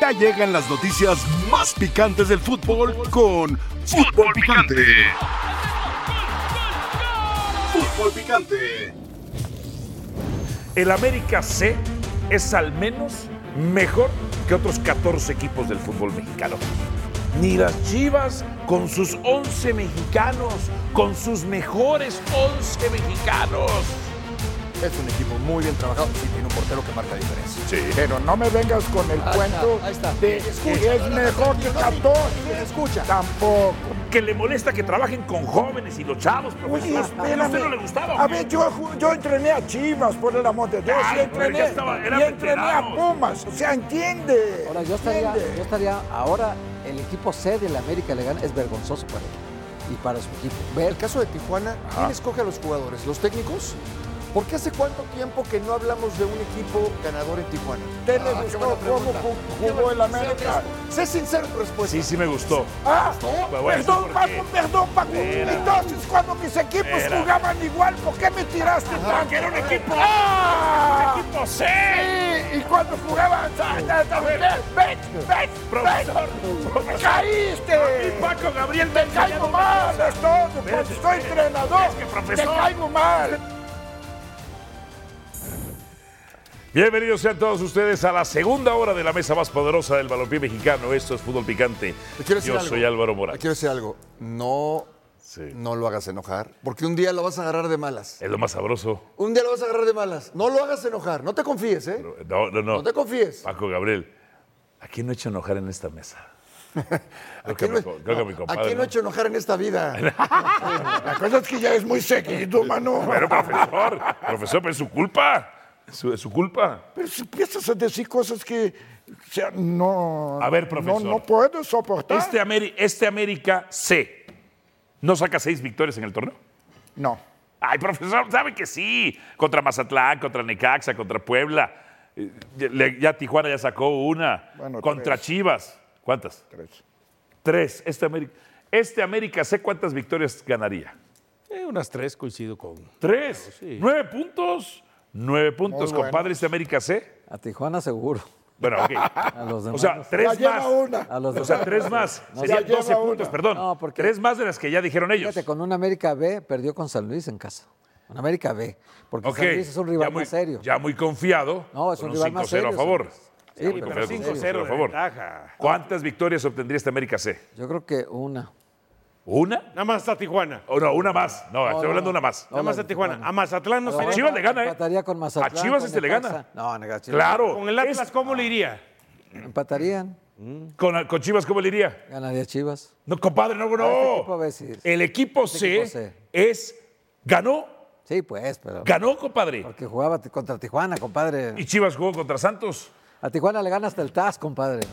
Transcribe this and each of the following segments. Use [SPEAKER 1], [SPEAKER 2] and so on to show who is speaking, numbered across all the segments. [SPEAKER 1] Ya llegan las noticias más picantes del fútbol con Fútbol Picante. Fútbol Picante.
[SPEAKER 2] El América C es al menos mejor que otros 14 equipos del fútbol mexicano. Ni las Chivas con sus 11 mexicanos, con sus mejores 11 mexicanos.
[SPEAKER 3] Es un equipo muy bien trabajado. Sí, tiene un portero que marca diferencia.
[SPEAKER 2] Sí.
[SPEAKER 4] Pero no me vengas con el cuento de que es mejor que 14.
[SPEAKER 3] Escucha.
[SPEAKER 4] Tampoco.
[SPEAKER 2] Que le molesta que trabajen con jóvenes y los chavos
[SPEAKER 4] Oye,
[SPEAKER 2] profesionales. ¿A
[SPEAKER 4] espérame.
[SPEAKER 2] usted no le gustaba?
[SPEAKER 4] A ver, yo, ju- yo entrené a Chivas, por el amor de Dios.
[SPEAKER 2] Ay,
[SPEAKER 4] y
[SPEAKER 2] pero
[SPEAKER 4] entrené,
[SPEAKER 2] ya estaba- era
[SPEAKER 4] y entrené a
[SPEAKER 2] veterano.
[SPEAKER 4] Pumas. O sea, entiende.
[SPEAKER 5] Ahora yo estaría,
[SPEAKER 4] entiende.
[SPEAKER 5] yo estaría ahora el equipo C del América le gana es vergonzoso para él y para su equipo.
[SPEAKER 3] El caso de Tijuana, ¿quién
[SPEAKER 2] Ah.
[SPEAKER 3] escoge a los jugadores? ¿Los técnicos? Porque hace cuánto tiempo que no hablamos de un equipo ganador en Tijuana.
[SPEAKER 4] ¿Usted le gustó cómo ju- jugó el América?
[SPEAKER 3] Sé sincero en tu respuesta.
[SPEAKER 2] Sí, sí me gustó.
[SPEAKER 4] Ah,
[SPEAKER 2] Pero bueno,
[SPEAKER 4] perdón,
[SPEAKER 2] ¿por qué?
[SPEAKER 4] Paco, perdón, Paco.
[SPEAKER 2] Espera.
[SPEAKER 4] Entonces, cuando mis equipos
[SPEAKER 2] Espera.
[SPEAKER 4] jugaban igual, ¿por qué me tiraste tanto?
[SPEAKER 2] Porque era un equipo.
[SPEAKER 4] ¡Ah!
[SPEAKER 2] ¡Un equipo C!
[SPEAKER 4] Sí, y cuando jugaban, sa- sa- sa- ah, ven, ven, ven,
[SPEAKER 2] Profesor,
[SPEAKER 4] ven.
[SPEAKER 2] profesor.
[SPEAKER 4] caíste.
[SPEAKER 2] Y Paco Gabriel
[SPEAKER 4] Te caigo mal, es todo,
[SPEAKER 2] Espérate,
[SPEAKER 4] porque soy
[SPEAKER 2] espérate.
[SPEAKER 4] entrenador.
[SPEAKER 2] Es que,
[SPEAKER 4] Te
[SPEAKER 2] profesor.
[SPEAKER 4] caigo mal.
[SPEAKER 2] Bienvenidos sean todos ustedes a la segunda hora de la mesa más poderosa del balompié mexicano. Esto es Fútbol Picante.
[SPEAKER 3] Te quiero decir
[SPEAKER 2] Yo
[SPEAKER 3] algo.
[SPEAKER 2] soy Álvaro
[SPEAKER 3] Te
[SPEAKER 2] Morales.
[SPEAKER 3] Quiero decir algo. No,
[SPEAKER 2] Sí.
[SPEAKER 3] no lo hagas enojar, porque un día lo vas a agarrar de malas.
[SPEAKER 2] Es lo más sabroso.
[SPEAKER 3] Un día lo vas a agarrar de malas. No lo hagas enojar. No te confíes, ¿eh?
[SPEAKER 2] No, Ah, no, no.
[SPEAKER 3] No te confíes.
[SPEAKER 2] Paco Gabriel, ¿a quién no he hecho enojar en esta mesa? Creo que,
[SPEAKER 3] ¿Quién
[SPEAKER 2] mi,
[SPEAKER 3] lo-
[SPEAKER 2] co- creo que
[SPEAKER 3] no,
[SPEAKER 2] mi
[SPEAKER 3] ¿A
[SPEAKER 2] compadre.
[SPEAKER 3] quién lo
[SPEAKER 2] ¿no?
[SPEAKER 3] he hecho enojar en esta vida?
[SPEAKER 4] La cosa es que ya es muy seguido, mano.
[SPEAKER 2] Pero profesor, profesor, pero es su culpa. Es su, es su culpa.
[SPEAKER 4] Pero si empiezas a decir cosas que o sea, no,
[SPEAKER 2] A ver,
[SPEAKER 4] no,
[SPEAKER 2] profesor.
[SPEAKER 4] no puedo soportar.
[SPEAKER 2] Este, Ameri- este América C no saca seis victorias en el torneo.
[SPEAKER 4] No.
[SPEAKER 2] Ay, profesor, sabe que sí. Contra Mazatlán, contra Necaxa, contra Puebla. Eh, Ya, le- ya Tijuana ya sacó una.
[SPEAKER 4] Bueno,
[SPEAKER 2] contra
[SPEAKER 4] tres.
[SPEAKER 2] Chivas. ¿Cuántas?
[SPEAKER 4] Tres.
[SPEAKER 2] Tres. Este América, este América C, ¿cuántas victorias ganaría?
[SPEAKER 6] Eh, unas tres coincido con.
[SPEAKER 2] Tres.
[SPEAKER 6] sí.
[SPEAKER 2] Nueve puntos. Nueve puntos,
[SPEAKER 4] bueno.
[SPEAKER 2] compadre, este América C.
[SPEAKER 5] A Tijuana seguro.
[SPEAKER 2] Bueno, ok.
[SPEAKER 5] los
[SPEAKER 2] o
[SPEAKER 5] demás.
[SPEAKER 2] sea, tres
[SPEAKER 4] lleva
[SPEAKER 2] más.
[SPEAKER 4] una.
[SPEAKER 5] A los
[SPEAKER 2] O sea,
[SPEAKER 5] demás.
[SPEAKER 2] tres más.
[SPEAKER 5] No,
[SPEAKER 2] Serían
[SPEAKER 4] ya lleva
[SPEAKER 2] 12 puntos,
[SPEAKER 4] una.
[SPEAKER 2] perdón.
[SPEAKER 5] No, porque-
[SPEAKER 2] Tres más de las que ya dijeron ellos.
[SPEAKER 5] Fíjate, con un América B perdió con San Luis en casa. Un América B. Porque
[SPEAKER 2] Ok.
[SPEAKER 5] San Luis es un
[SPEAKER 2] ya
[SPEAKER 5] rival
[SPEAKER 2] muy,
[SPEAKER 5] más serio.
[SPEAKER 2] Ya muy confiado.
[SPEAKER 5] No, es
[SPEAKER 2] con
[SPEAKER 5] un rival más
[SPEAKER 2] 5-0
[SPEAKER 5] serio.
[SPEAKER 2] a favor.
[SPEAKER 5] señores. Sí,
[SPEAKER 2] Ya muy
[SPEAKER 5] pero
[SPEAKER 2] confiado con
[SPEAKER 5] sí,
[SPEAKER 2] un
[SPEAKER 5] sí.
[SPEAKER 2] 5-0 a favor.
[SPEAKER 6] ventaja.
[SPEAKER 2] ¿Cuántas victorias obtendría este América C?
[SPEAKER 5] Yo creo que una.
[SPEAKER 2] ¿Una?
[SPEAKER 6] Nada más está Tijuana.
[SPEAKER 2] O no, una más. No, estoy
[SPEAKER 5] no,
[SPEAKER 2] hablando de una más.
[SPEAKER 6] Nada más
[SPEAKER 5] la
[SPEAKER 6] está
[SPEAKER 5] de
[SPEAKER 6] Tijuana.
[SPEAKER 5] Tijuana.
[SPEAKER 6] A Mazatlán no
[SPEAKER 5] Pero
[SPEAKER 2] A
[SPEAKER 6] sería.
[SPEAKER 2] Chivas le gana, ¿eh?
[SPEAKER 5] Empataría con Mazatlán.
[SPEAKER 2] A Chivas
[SPEAKER 5] con
[SPEAKER 2] este le
[SPEAKER 5] Necaxa.
[SPEAKER 2] gana.
[SPEAKER 5] No, Necaxa- Chivas-
[SPEAKER 2] Claro.
[SPEAKER 6] Con el Atlas,
[SPEAKER 2] Es-
[SPEAKER 6] ¿cómo le iría?
[SPEAKER 5] Empatarían.
[SPEAKER 2] con, con Chivas, ¿cómo le iría?
[SPEAKER 5] Ganaría Chivas.
[SPEAKER 2] No, compadre, no, no.
[SPEAKER 5] Ah, este equipo a veces.
[SPEAKER 2] El equipo C,
[SPEAKER 5] equipo C.
[SPEAKER 2] es. Ganó,
[SPEAKER 5] Sí, pues, pero.
[SPEAKER 2] ganó, compadre.
[SPEAKER 5] Porque jugaba t- contra Tijuana,
[SPEAKER 2] Y
[SPEAKER 5] compadre.
[SPEAKER 2] Chivas jugó contra Santos.
[SPEAKER 5] A Tijuana le gana hasta el TAS, compadre.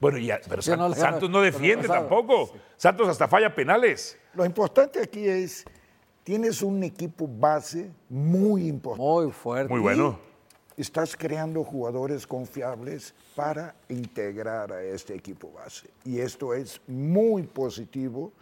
[SPEAKER 2] Bueno, ya, pero
[SPEAKER 5] Yo no
[SPEAKER 2] San-
[SPEAKER 5] le gano
[SPEAKER 2] Santos no
[SPEAKER 5] con el
[SPEAKER 2] defiende
[SPEAKER 5] pasado.
[SPEAKER 2] tampoco. Santos hasta falla penales.
[SPEAKER 4] Lo importante aquí es, tienes un equipo base muy importante.
[SPEAKER 5] Muy fuerte.
[SPEAKER 2] Muy bueno.
[SPEAKER 4] Estás creando jugadores confiables para integrar a este equipo base. Y esto es muy positivo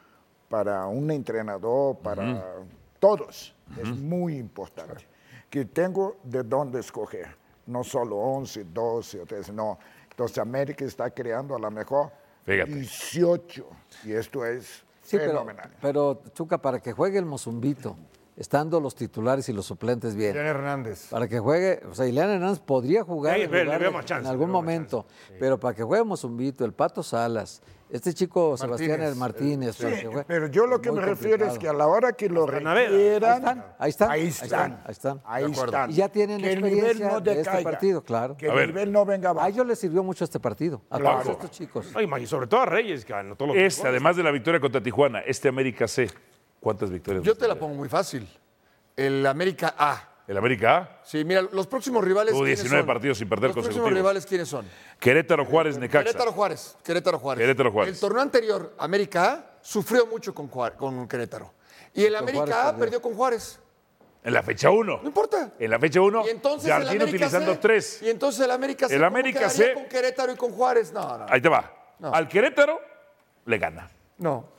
[SPEAKER 4] para un entrenador, para todos. Es muy importante. Que tengo de dónde escoger. No solo 11, 12 o 13, no. Entonces América está creando a lo mejor
[SPEAKER 2] Fíjate.
[SPEAKER 4] 18. Y esto es
[SPEAKER 5] Sí, pero,
[SPEAKER 4] fenomenal.
[SPEAKER 5] pero Chuca, para que juegue el Mozumbito, estando los titulares y los suplentes bien.
[SPEAKER 4] Hernández.
[SPEAKER 5] Para que juegue, o sea, Ileana Hernández podría jugar
[SPEAKER 6] Sí,
[SPEAKER 5] en
[SPEAKER 6] ve- le
[SPEAKER 5] lugar
[SPEAKER 6] veo
[SPEAKER 5] de-
[SPEAKER 6] más chance,
[SPEAKER 5] en
[SPEAKER 6] le
[SPEAKER 5] algún
[SPEAKER 6] veo más
[SPEAKER 5] momento, pero para que juegue Mozumbito, el Pato Salas, este chico Sebastián el Martínez. para que juegue,
[SPEAKER 4] eh, Pero yo lo que me
[SPEAKER 5] muy
[SPEAKER 4] refiero es que a
[SPEAKER 5] complicado.
[SPEAKER 4] la hora que lo
[SPEAKER 6] Naveda.
[SPEAKER 4] requieran,
[SPEAKER 5] Ahí están,
[SPEAKER 4] ahí
[SPEAKER 5] ahí están,
[SPEAKER 4] están,
[SPEAKER 5] ahí están.
[SPEAKER 4] ahí
[SPEAKER 5] De
[SPEAKER 4] están.
[SPEAKER 5] acuerdo. Y ya tienen
[SPEAKER 4] que el
[SPEAKER 5] experiencia
[SPEAKER 4] nivel no
[SPEAKER 5] de este
[SPEAKER 4] decaiga,
[SPEAKER 5] partido, claro.
[SPEAKER 2] A
[SPEAKER 4] Que el
[SPEAKER 2] ver.
[SPEAKER 4] nivel no venga
[SPEAKER 5] A
[SPEAKER 4] abajo.
[SPEAKER 5] ellos les sirvió mucho este partido, a
[SPEAKER 2] Claro.
[SPEAKER 5] todos estos chicos.
[SPEAKER 6] No, y sobre todo a Reyes, que ganó todos los
[SPEAKER 2] Este, además de la victoria contra Tijuana, este América C, ¿cuántas victorias?
[SPEAKER 3] Yo te la pongo muy fácil. El América A.
[SPEAKER 2] El América A,
[SPEAKER 3] Sí, mira, los próximos rivales.
[SPEAKER 2] Tuvo
[SPEAKER 3] ¿quiénes
[SPEAKER 2] 19
[SPEAKER 3] son?
[SPEAKER 2] partidos sin perder
[SPEAKER 3] Los próximos
[SPEAKER 2] consecutivos.
[SPEAKER 3] rivales, ¿quiénes son?
[SPEAKER 2] Querétaro Juárez, Necaxa.
[SPEAKER 3] Querétaro Juárez. Querétaro Juárez.
[SPEAKER 2] Querétaro Juárez.
[SPEAKER 3] El torneo anterior, América A, sufrió mucho con, Juar- con Querétaro. Y el América
[SPEAKER 5] Juárez
[SPEAKER 3] A
[SPEAKER 5] perdió.
[SPEAKER 3] perdió con Juárez.
[SPEAKER 2] En la fecha 1.
[SPEAKER 3] No importa.
[SPEAKER 2] En la fecha 1,
[SPEAKER 3] Y entonces el
[SPEAKER 2] Jardín
[SPEAKER 3] América
[SPEAKER 2] utilizando
[SPEAKER 3] C,
[SPEAKER 2] 3.
[SPEAKER 3] Y entonces el América C.
[SPEAKER 2] El
[SPEAKER 3] ¿cómo
[SPEAKER 2] América
[SPEAKER 3] quedaría
[SPEAKER 2] C.
[SPEAKER 3] con Querétaro y con Juárez. No, no.
[SPEAKER 2] Ahí te va.
[SPEAKER 3] No.
[SPEAKER 2] Al Querétaro le gana.
[SPEAKER 3] no.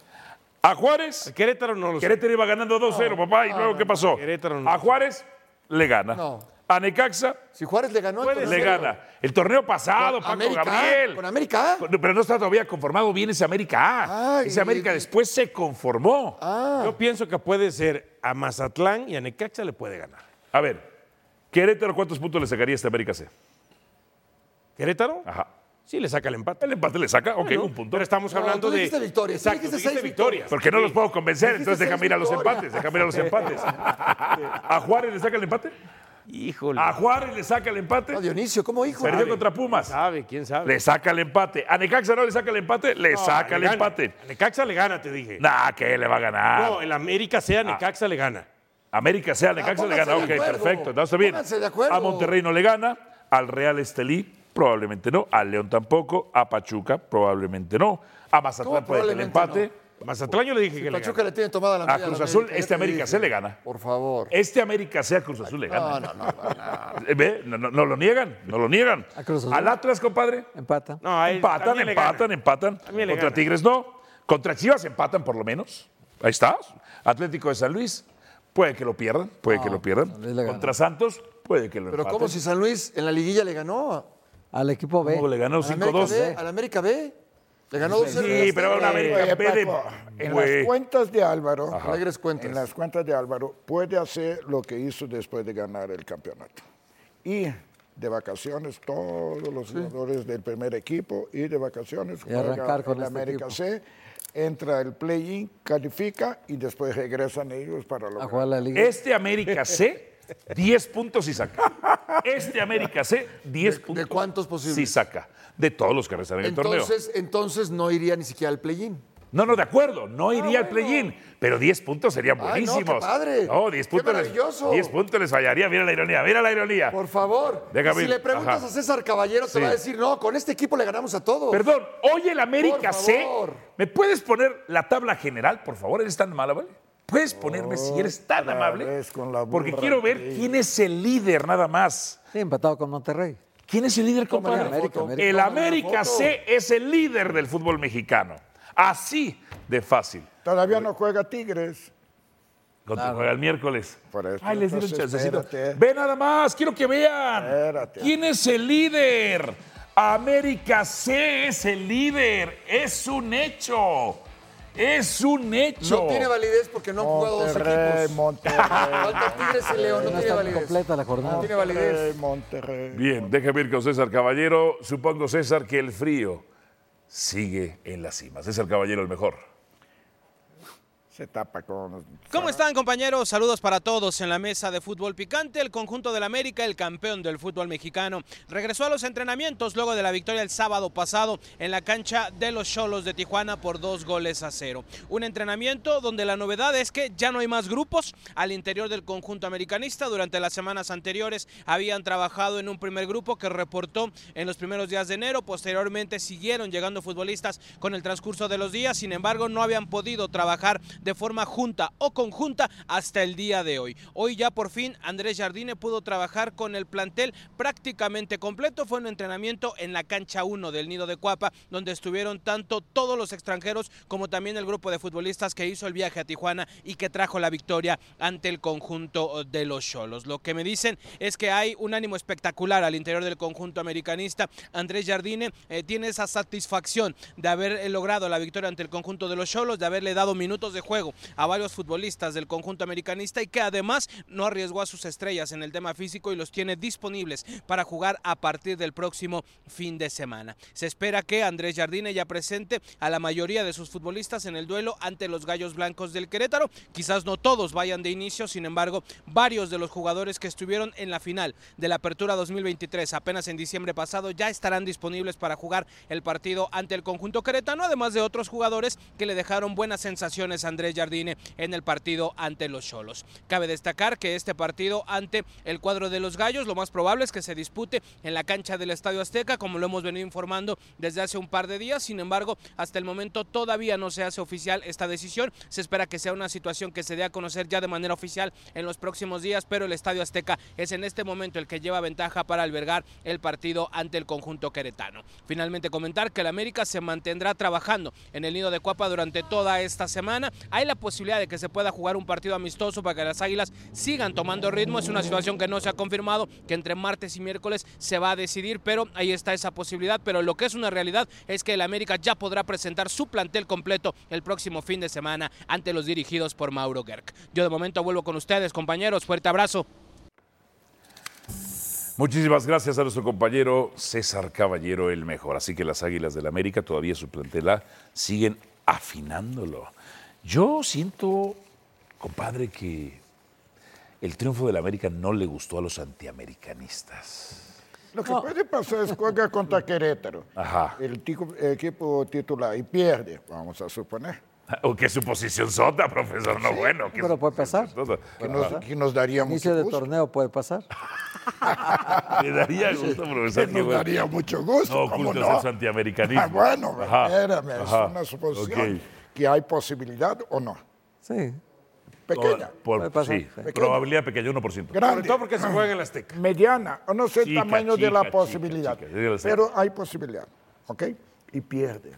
[SPEAKER 2] A Juárez,
[SPEAKER 6] Querétaro no lo sé.
[SPEAKER 2] Querétaro iba ganando 2-0, papá, y luego ¿qué pasó?
[SPEAKER 6] Querétaro no.
[SPEAKER 2] A Juárez le gana.
[SPEAKER 3] No.
[SPEAKER 2] a Necaxa,
[SPEAKER 3] Si Juárez le ganó al
[SPEAKER 2] le
[SPEAKER 3] torneo,
[SPEAKER 2] gana. El torneo pasado,
[SPEAKER 3] Con
[SPEAKER 2] Paco
[SPEAKER 3] América,
[SPEAKER 2] Gabriel.
[SPEAKER 3] con América.
[SPEAKER 2] Con- Pero no está todavía conformado bien ese América A.
[SPEAKER 3] Ah,
[SPEAKER 2] ese
[SPEAKER 3] y-
[SPEAKER 2] América después se conformó.
[SPEAKER 6] Yo pienso que puede ser a Mazatlán y a Necaxa le puede ganar.
[SPEAKER 2] A ver, Querétaro, ¿cuántos puntos le sacaría este América C?
[SPEAKER 6] ¿Querétaro?
[SPEAKER 2] Ajá.
[SPEAKER 6] Sí, le saca el empate.
[SPEAKER 2] El empate le saca, ok,
[SPEAKER 6] Bueno,
[SPEAKER 2] un punto.
[SPEAKER 6] Pero estamos
[SPEAKER 3] No,
[SPEAKER 6] hablando
[SPEAKER 3] tú
[SPEAKER 6] de.
[SPEAKER 3] dijiste victorias, tú
[SPEAKER 6] Exacto,
[SPEAKER 3] dijiste
[SPEAKER 6] dijiste
[SPEAKER 3] seis
[SPEAKER 6] victorias.
[SPEAKER 2] Porque no
[SPEAKER 6] Sí.
[SPEAKER 2] los puedo convencer,
[SPEAKER 3] Dijiste
[SPEAKER 2] entonces déjame
[SPEAKER 3] seis
[SPEAKER 2] ir a los
[SPEAKER 3] victorias.
[SPEAKER 2] empates, déjame ir a los empates. ¿A Juárez le saca el empate?
[SPEAKER 6] Híjole.
[SPEAKER 2] ¿A Juárez le saca el empate?
[SPEAKER 3] Ah, Dionisio, ¿cómo hijo?
[SPEAKER 2] Perdió contra Pumas.
[SPEAKER 6] ¿Sabe? ¿Quién sabe?
[SPEAKER 2] Le saca el empate. ¿A Necaxa no le saca el empate? Le
[SPEAKER 6] No,
[SPEAKER 2] saca el
[SPEAKER 6] le gana.
[SPEAKER 2] empate.
[SPEAKER 6] A Necaxa le gana, te dije.
[SPEAKER 2] Nah, Ah. que le va a ganar.
[SPEAKER 6] No, el América sea Necaxa le gana.
[SPEAKER 2] América sea, Necaxa le
[SPEAKER 3] Ah, pónganse
[SPEAKER 2] gana.
[SPEAKER 3] de
[SPEAKER 2] Ok,
[SPEAKER 3] acuerdo.
[SPEAKER 2] perfecto. No, está bien.
[SPEAKER 3] Pónganse de acuerdo.
[SPEAKER 2] A Monterrey no le gana. Al Real Estelí, probablemente no. Al León tampoco. A Pachuca, probablemente no. A Mazatlán
[SPEAKER 3] ¿Cómo
[SPEAKER 2] puede que le
[SPEAKER 3] probablemente
[SPEAKER 2] empate.
[SPEAKER 6] Mazatlán yo le dije que le
[SPEAKER 3] Pachuca
[SPEAKER 6] gana.
[SPEAKER 3] le tiene tomada la
[SPEAKER 2] A
[SPEAKER 3] medida
[SPEAKER 2] Cruz
[SPEAKER 3] la
[SPEAKER 2] Azul,
[SPEAKER 3] América,
[SPEAKER 2] este
[SPEAKER 3] ya te
[SPEAKER 2] América
[SPEAKER 3] dije.
[SPEAKER 2] se le gana.
[SPEAKER 3] Por favor.
[SPEAKER 2] Este América sea Cruz Azul le
[SPEAKER 3] No,
[SPEAKER 2] gana.
[SPEAKER 3] no, no. no, no.
[SPEAKER 2] Eh, ve, No, no, no lo niegan, no lo niegan.
[SPEAKER 5] A Cruz Azul.
[SPEAKER 2] Al Atlas, compadre.
[SPEAKER 5] Empata.
[SPEAKER 6] No, a él
[SPEAKER 2] empatan,
[SPEAKER 6] también le gana.
[SPEAKER 2] empatan, empatan.
[SPEAKER 6] También le
[SPEAKER 2] Contra
[SPEAKER 6] gana.
[SPEAKER 2] Tigres no. Contra Chivas empatan por lo menos. Ahí está. Atlético de San Luis, puede que lo pierdan, puede que lo pierdan.
[SPEAKER 5] San Luis le gana.
[SPEAKER 2] Contra Santos, puede que lo
[SPEAKER 3] Pero
[SPEAKER 2] empaten.
[SPEAKER 3] ¿cómo si San Luis en la liguilla le ganó?
[SPEAKER 5] Al equipo B.
[SPEAKER 2] ¿Cómo le ganó
[SPEAKER 3] ¿Al América B?
[SPEAKER 2] 5-2?
[SPEAKER 3] ¿Al América B? Le ganó 2-0.
[SPEAKER 2] Sí, pero una
[SPEAKER 3] eh,
[SPEAKER 2] América
[SPEAKER 4] Oye,
[SPEAKER 2] B de-
[SPEAKER 4] Paco, en
[SPEAKER 2] Güey.
[SPEAKER 4] las cuentas de Álvaro,
[SPEAKER 3] Alegres cuentas.
[SPEAKER 4] en las cuentas de Álvaro, puede hacer lo que hizo después de ganar el campeonato. Y de vacaciones, todos los jugadores del primer equipo, y de vacaciones,
[SPEAKER 5] Y arrancar con
[SPEAKER 4] en la
[SPEAKER 5] este
[SPEAKER 4] América
[SPEAKER 5] equipo.
[SPEAKER 4] C, entra el play-in, califica y después regresan ellos para
[SPEAKER 5] A
[SPEAKER 4] lograr.
[SPEAKER 5] jugar la
[SPEAKER 4] Eh.
[SPEAKER 5] liga.
[SPEAKER 2] Este América C, 10 puntos si saca. Este América C, 10 puntos.
[SPEAKER 3] cuántos posibles?
[SPEAKER 2] Si saca. De todos los que restan en el torneo.
[SPEAKER 3] Entonces, entonces no iría ni siquiera al play-in.
[SPEAKER 2] No, no, de acuerdo. No iría al play-in, pero 10 puntos serían
[SPEAKER 3] Ah, Ay, no,
[SPEAKER 2] buenísimos.
[SPEAKER 3] qué padre.
[SPEAKER 2] No, 10
[SPEAKER 3] Qué
[SPEAKER 2] puntos, les-
[SPEAKER 3] maravilloso.
[SPEAKER 2] 10 puntos les fallaría. Mira la ironía, mira la ironía.
[SPEAKER 3] Por favor.
[SPEAKER 2] Déjame
[SPEAKER 3] si
[SPEAKER 2] ir.
[SPEAKER 3] le preguntas
[SPEAKER 2] Ajá.
[SPEAKER 3] a César Caballero,
[SPEAKER 2] Sí.
[SPEAKER 3] te va a decir, no, con este equipo le ganamos a todos.
[SPEAKER 2] Perdón, hoy el América
[SPEAKER 3] Por
[SPEAKER 2] C.
[SPEAKER 3] favor.
[SPEAKER 2] ¿Me puedes poner la tabla general, por favor? ¿Eres tan amable? ¿Puedes ponerme, si eres tan
[SPEAKER 4] otra
[SPEAKER 2] amable?
[SPEAKER 4] vez con la
[SPEAKER 2] Porque
[SPEAKER 4] burra
[SPEAKER 2] quiero ver
[SPEAKER 4] aquí.
[SPEAKER 2] quién es el líder nada más.
[SPEAKER 5] Sí, empatado con Monterrey.
[SPEAKER 2] ¿Quién es el líder, compadre?
[SPEAKER 5] Tómale la foto. América,
[SPEAKER 2] El
[SPEAKER 3] Tómale la
[SPEAKER 2] América
[SPEAKER 3] foto.
[SPEAKER 2] C es el líder del fútbol mexicano. Así de fácil.
[SPEAKER 4] Todavía no juega Tigres.
[SPEAKER 2] Contra juega el miércoles.
[SPEAKER 4] Por eso,
[SPEAKER 2] Ay, les dieron
[SPEAKER 4] entonces,
[SPEAKER 2] chancecito.
[SPEAKER 4] espérate.
[SPEAKER 2] Ve nada más, quiero que vean.
[SPEAKER 4] Espérate.
[SPEAKER 2] ¿Quién es el líder? América C es el líder. Es un hecho. Es un hecho.
[SPEAKER 3] No tiene validez porque no han jugado dos
[SPEAKER 4] Monterrey,
[SPEAKER 3] equipos.
[SPEAKER 4] Monterrey,
[SPEAKER 3] Falta Tigres y León, no,
[SPEAKER 5] No
[SPEAKER 3] tiene
[SPEAKER 5] está
[SPEAKER 3] validez.
[SPEAKER 5] completa la jornada.
[SPEAKER 3] No tiene validez.
[SPEAKER 4] Monterrey.
[SPEAKER 2] Bien, déjame ir con César Caballero. Supongo, César, que el frío sigue en la cima. César Caballero, el mejor.
[SPEAKER 4] Se tapa con...
[SPEAKER 7] ¿Cómo están compañeros? Saludos para todos en la mesa de fútbol picante. El conjunto del América, el campeón del fútbol mexicano, regresó a los entrenamientos luego de la victoria el sábado pasado en la cancha de los Cholos de Tijuana por dos goles a cero. Un entrenamiento donde la novedad es que ya no hay más grupos al interior del conjunto americanista. Durante las semanas anteriores habían trabajado en un primer grupo que reportó en los primeros días de enero. Posteriormente siguieron llegando futbolistas con el transcurso de los días. Sin embargo, no habían podido trabajar de forma junta o conjunta hasta el día de hoy. Hoy ya por fin Andrés Jardine pudo trabajar con el plantel prácticamente completo. Fue un entrenamiento en la cancha 1 del Nido de Cuapa, donde estuvieron tanto todos los extranjeros como también el grupo de futbolistas que hizo el viaje a Tijuana y que trajo la victoria ante el conjunto oh, de los Cholos. Lo que me dicen es que hay un ánimo espectacular al interior del conjunto americanista. Andrés Jardine eh, tiene esa satisfacción de haber eh, logrado la victoria ante el conjunto de los Cholos, de haberle dado minutos de juego a varios futbolistas del conjunto americanista y que además no arriesgó a sus estrellas en el tema físico y los tiene disponibles para jugar a partir del próximo fin de semana. Se espera que Andrés Jardine ya presente a la mayoría de sus futbolistas en el duelo ante los Gallos Blancos del Querétaro. Quizás no todos vayan de inicio, sin embargo, varios de los jugadores que estuvieron en la final de la Apertura 2023 apenas en diciembre pasado ya estarán disponibles para jugar el partido ante el conjunto queretano, además de otros jugadores que le dejaron buenas sensaciones a Andrés Jardine en el partido ante los Cholos. Cabe destacar que este partido ante el cuadro de los Gallos lo más probable es que se dispute en la cancha del Estadio Azteca, como lo hemos venido informando desde hace un par de días. Sin embargo, hasta el momento todavía no se hace oficial esta decisión. Se espera que sea una situación que se dé a conocer ya de manera oficial en los próximos días, pero el Estadio Azteca es en este momento el que lleva ventaja para albergar el partido ante el conjunto queretano. Finalmente comentar que el América se mantendrá trabajando en el nido de Cuapa durante toda esta semana. Hay la posibilidad de que se pueda jugar un partido amistoso para que las Águilas sigan tomando ritmo. Es una situación que no se ha confirmado, que entre martes y miércoles se va a decidir, pero ahí está esa posibilidad. Pero lo que es una realidad es que el América ya podrá presentar su plantel completo el próximo fin de semana ante los dirigidos por Mauro Gerg. Yo de momento vuelvo con ustedes, compañeros. Fuerte abrazo.
[SPEAKER 2] Muchísimas gracias a nuestro compañero César Caballero, el mejor. Así que las Águilas del América, todavía su plantel A, siguen afinándolo. Yo siento, compadre, que el triunfo del América no le gustó a los antiamericanistas.
[SPEAKER 4] Lo que puede pasar es juega contra Querétaro.
[SPEAKER 2] Ajá.
[SPEAKER 4] El tico- equipo titular y pierde, vamos a suponer.
[SPEAKER 2] O que su posición sota, profesor, no bueno. que
[SPEAKER 5] pero
[SPEAKER 2] su
[SPEAKER 5] puede pasar.
[SPEAKER 2] suposición sota.
[SPEAKER 4] Que nos, que nos daría mucho
[SPEAKER 5] Inicio de
[SPEAKER 4] gusto.
[SPEAKER 5] torneo puede pasar.
[SPEAKER 2] Le daría gusto, profesor.
[SPEAKER 4] Que
[SPEAKER 2] que
[SPEAKER 4] nos
[SPEAKER 2] bueno.
[SPEAKER 4] daría mucho gusto.
[SPEAKER 2] No
[SPEAKER 4] ¿cómo
[SPEAKER 2] ocultes
[SPEAKER 4] no?
[SPEAKER 2] ese antiamericanismo.
[SPEAKER 4] Ah, bueno,
[SPEAKER 2] Ajá,
[SPEAKER 4] espérame,
[SPEAKER 2] ajá,
[SPEAKER 4] es una suposición
[SPEAKER 2] ok.
[SPEAKER 4] que hay posibilidad o no.
[SPEAKER 5] Sí.
[SPEAKER 4] Pequeña,
[SPEAKER 2] Por,
[SPEAKER 5] Puede pasar,
[SPEAKER 2] sí,
[SPEAKER 5] sí.
[SPEAKER 2] probabilidad pequeña, 1%.
[SPEAKER 6] Sobre todo
[SPEAKER 4] grande,
[SPEAKER 6] porque se juega en la Azteca.
[SPEAKER 4] mediana, o no sé el
[SPEAKER 2] Chica,
[SPEAKER 4] tamaño de
[SPEAKER 2] chica,
[SPEAKER 4] la
[SPEAKER 2] chica,
[SPEAKER 4] posibilidad,
[SPEAKER 2] chica, dígale usted.
[SPEAKER 4] pero hay posibilidad, ¿ok? Y pierde.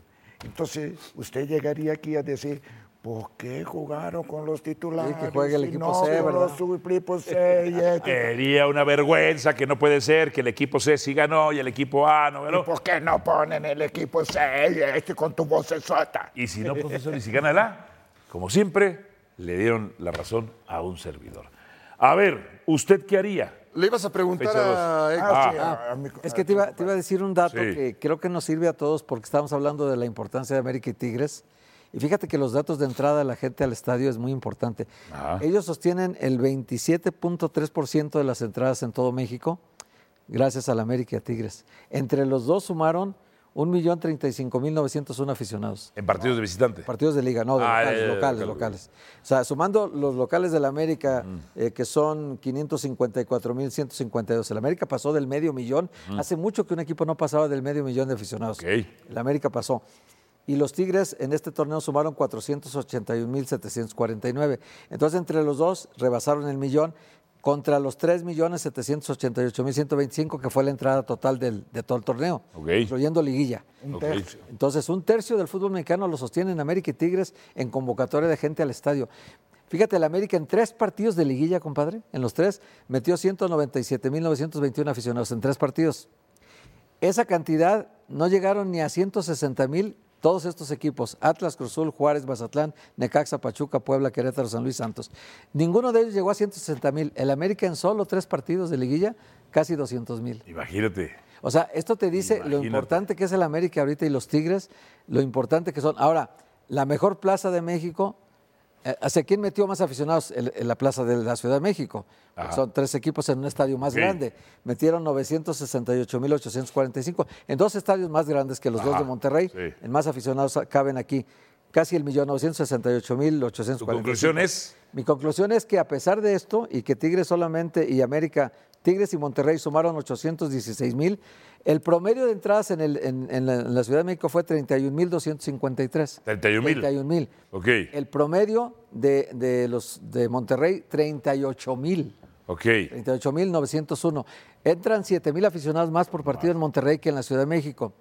[SPEAKER 4] Entonces, usted llegaría aquí a decir, ¿por qué jugaron con los titulares?
[SPEAKER 5] Sí, que juegue el
[SPEAKER 4] y
[SPEAKER 5] equipo
[SPEAKER 4] no
[SPEAKER 5] C,
[SPEAKER 4] con
[SPEAKER 5] ¿verdad?
[SPEAKER 4] los equipos C y este?
[SPEAKER 2] Sería una vergüenza que no puede ser que el equipo C sí ganó y el equipo A no ganó.
[SPEAKER 4] ¿Y por qué no ponen el equipo C y este con tu voz sota?
[SPEAKER 2] Y si no, profesor, y si gana el A, como siempre, le dieron la razón a un servidor. A ver, ¿usted qué haría?
[SPEAKER 3] Le ibas a preguntar
[SPEAKER 2] Fecha dos.
[SPEAKER 3] a Héctor.
[SPEAKER 2] Ah,
[SPEAKER 4] a- a mi-
[SPEAKER 5] Es que te iba, te iba a decir un dato
[SPEAKER 2] Sí.
[SPEAKER 5] que creo que nos sirve a todos porque estamos hablando de la importancia de América y Tigres. Y fíjate que los datos de entrada de la gente al estadio es muy importante. Ellos sostienen el 27.3% de las entradas en todo México gracias al América y a Tigres. Entre los dos sumaron 1.035.901 aficionados.
[SPEAKER 2] en partidos de visitante.
[SPEAKER 5] Partidos de liga, no, de
[SPEAKER 2] Ah,
[SPEAKER 5] locales,
[SPEAKER 2] ya, ya, ya,
[SPEAKER 5] locales,
[SPEAKER 2] local.
[SPEAKER 5] locales. O sea, sumando los locales del América, eh, que son 554.152. El América pasó del medio millón. Hace mucho que un equipo no pasaba del medio millón de aficionados.
[SPEAKER 2] Ok.
[SPEAKER 5] El América pasó. Y los Tigres en este torneo sumaron 481.749. Entonces, entre los dos, rebasaron el millón contra los 3.788.125, que fue la entrada total del, de todo el torneo,
[SPEAKER 2] Ok.
[SPEAKER 5] incluyendo liguilla.
[SPEAKER 2] Ok.
[SPEAKER 5] Entonces, un tercio del fútbol mexicano lo sostienen América y Tigres en convocatoria de gente al estadio. Fíjate, el América en tres partidos de liguilla, compadre, en los tres, metió 197.921 aficionados en tres partidos. Esa cantidad no llegaron ni a 160 mil todos estos equipos, Atlas, Cruzul, Juárez, Mazatlán, Necaxa, Pachuca, Puebla, Querétaro, San Luis Santos. Ninguno de ellos llegó a 160 mil. El América en solo tres partidos de liguilla, casi 200 mil.
[SPEAKER 2] Imagínate.
[SPEAKER 5] O sea, esto te dice lo
[SPEAKER 2] Imagínate.
[SPEAKER 5] importante que es el América ahorita y los Tigres, lo importante que son. Ahora, la mejor plaza de México, eh, ¿hacia quién metió más aficionados? El- en la plaza de la Ciudad de México. Porque Son tres equipos en un estadio más
[SPEAKER 2] Ok.
[SPEAKER 5] grande. Metieron 968.845 en dos estadios más grandes que los dos de Monterrey.
[SPEAKER 2] sí.
[SPEAKER 5] En más aficionados caben aquí. Casi el millón novecientos mil
[SPEAKER 2] ¿Tu conclusión es?
[SPEAKER 5] mi conclusión es que a pesar de esto y que Tigres solamente y América, Tigres y Monterrey sumaron 816 mil, el promedio de entradas en, el- en- en la, en la Ciudad de México fue 31.253.
[SPEAKER 2] 31,000.
[SPEAKER 5] 31,000.
[SPEAKER 2] Ok.
[SPEAKER 5] El promedio de, de los de Monterrey, 38 mil.
[SPEAKER 2] Ok.
[SPEAKER 5] 38.901. Entran 7.000 aficionados más por partido en Monterrey que en la Ciudad de México.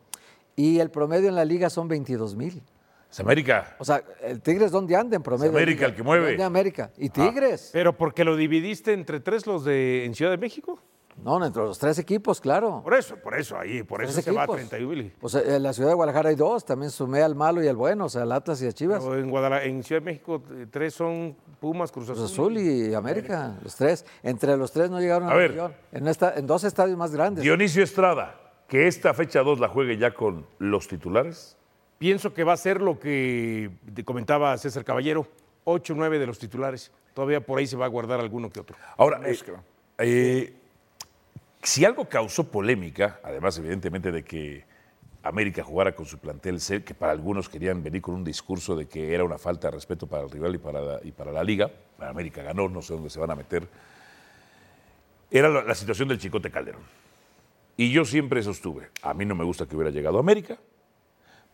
[SPEAKER 5] Y el promedio en la liga son 22 mil.
[SPEAKER 2] Es América.
[SPEAKER 5] O sea, el Tigres, ¿dónde anda en promedio?
[SPEAKER 2] Es América el que mueve. Ah.
[SPEAKER 5] ¿Dónde América? ¿Y Tigres?
[SPEAKER 6] Pero porque lo dividiste entre tres los de en Ciudad de México.
[SPEAKER 5] No, no, entre los tres equipos, claro.
[SPEAKER 6] Por eso, por eso, ahí, por
[SPEAKER 5] Tres
[SPEAKER 6] eso se va a
[SPEAKER 5] equipos.
[SPEAKER 6] 31 mil.
[SPEAKER 5] Pues eh, en la ciudad de Guadalajara hay dos, también sumé al malo y al bueno, o sea, al Atlas y a Chivas.
[SPEAKER 6] Pero en, Guadalajara, en Ciudad de México, eh, tres son Pumas, Cruz Azul.
[SPEAKER 5] Cruz Azul y América, los tres. Entre los tres no llegaron
[SPEAKER 2] A
[SPEAKER 5] al
[SPEAKER 2] ver.
[SPEAKER 5] millón. En, esta- en dos estadios más grandes.
[SPEAKER 2] Dionisio Estrada, que esta fecha 2 la juegue ya con los titulares.
[SPEAKER 6] Pienso que va a ser lo que te comentaba César Caballero, 8 9 de los titulares. Todavía por ahí se va a guardar alguno que otro.
[SPEAKER 2] Ahora, eh, eh, si algo causó polémica, además evidentemente de que América jugara con su plantel C, que para algunos querían venir con un discurso de que era una falta de respeto para el rival y para la, y para la liga, América ganó, no sé dónde se van a meter, era la, la situación del Chicote Calderón. Y yo siempre sostuve, a mí no me gusta que hubiera llegado a América,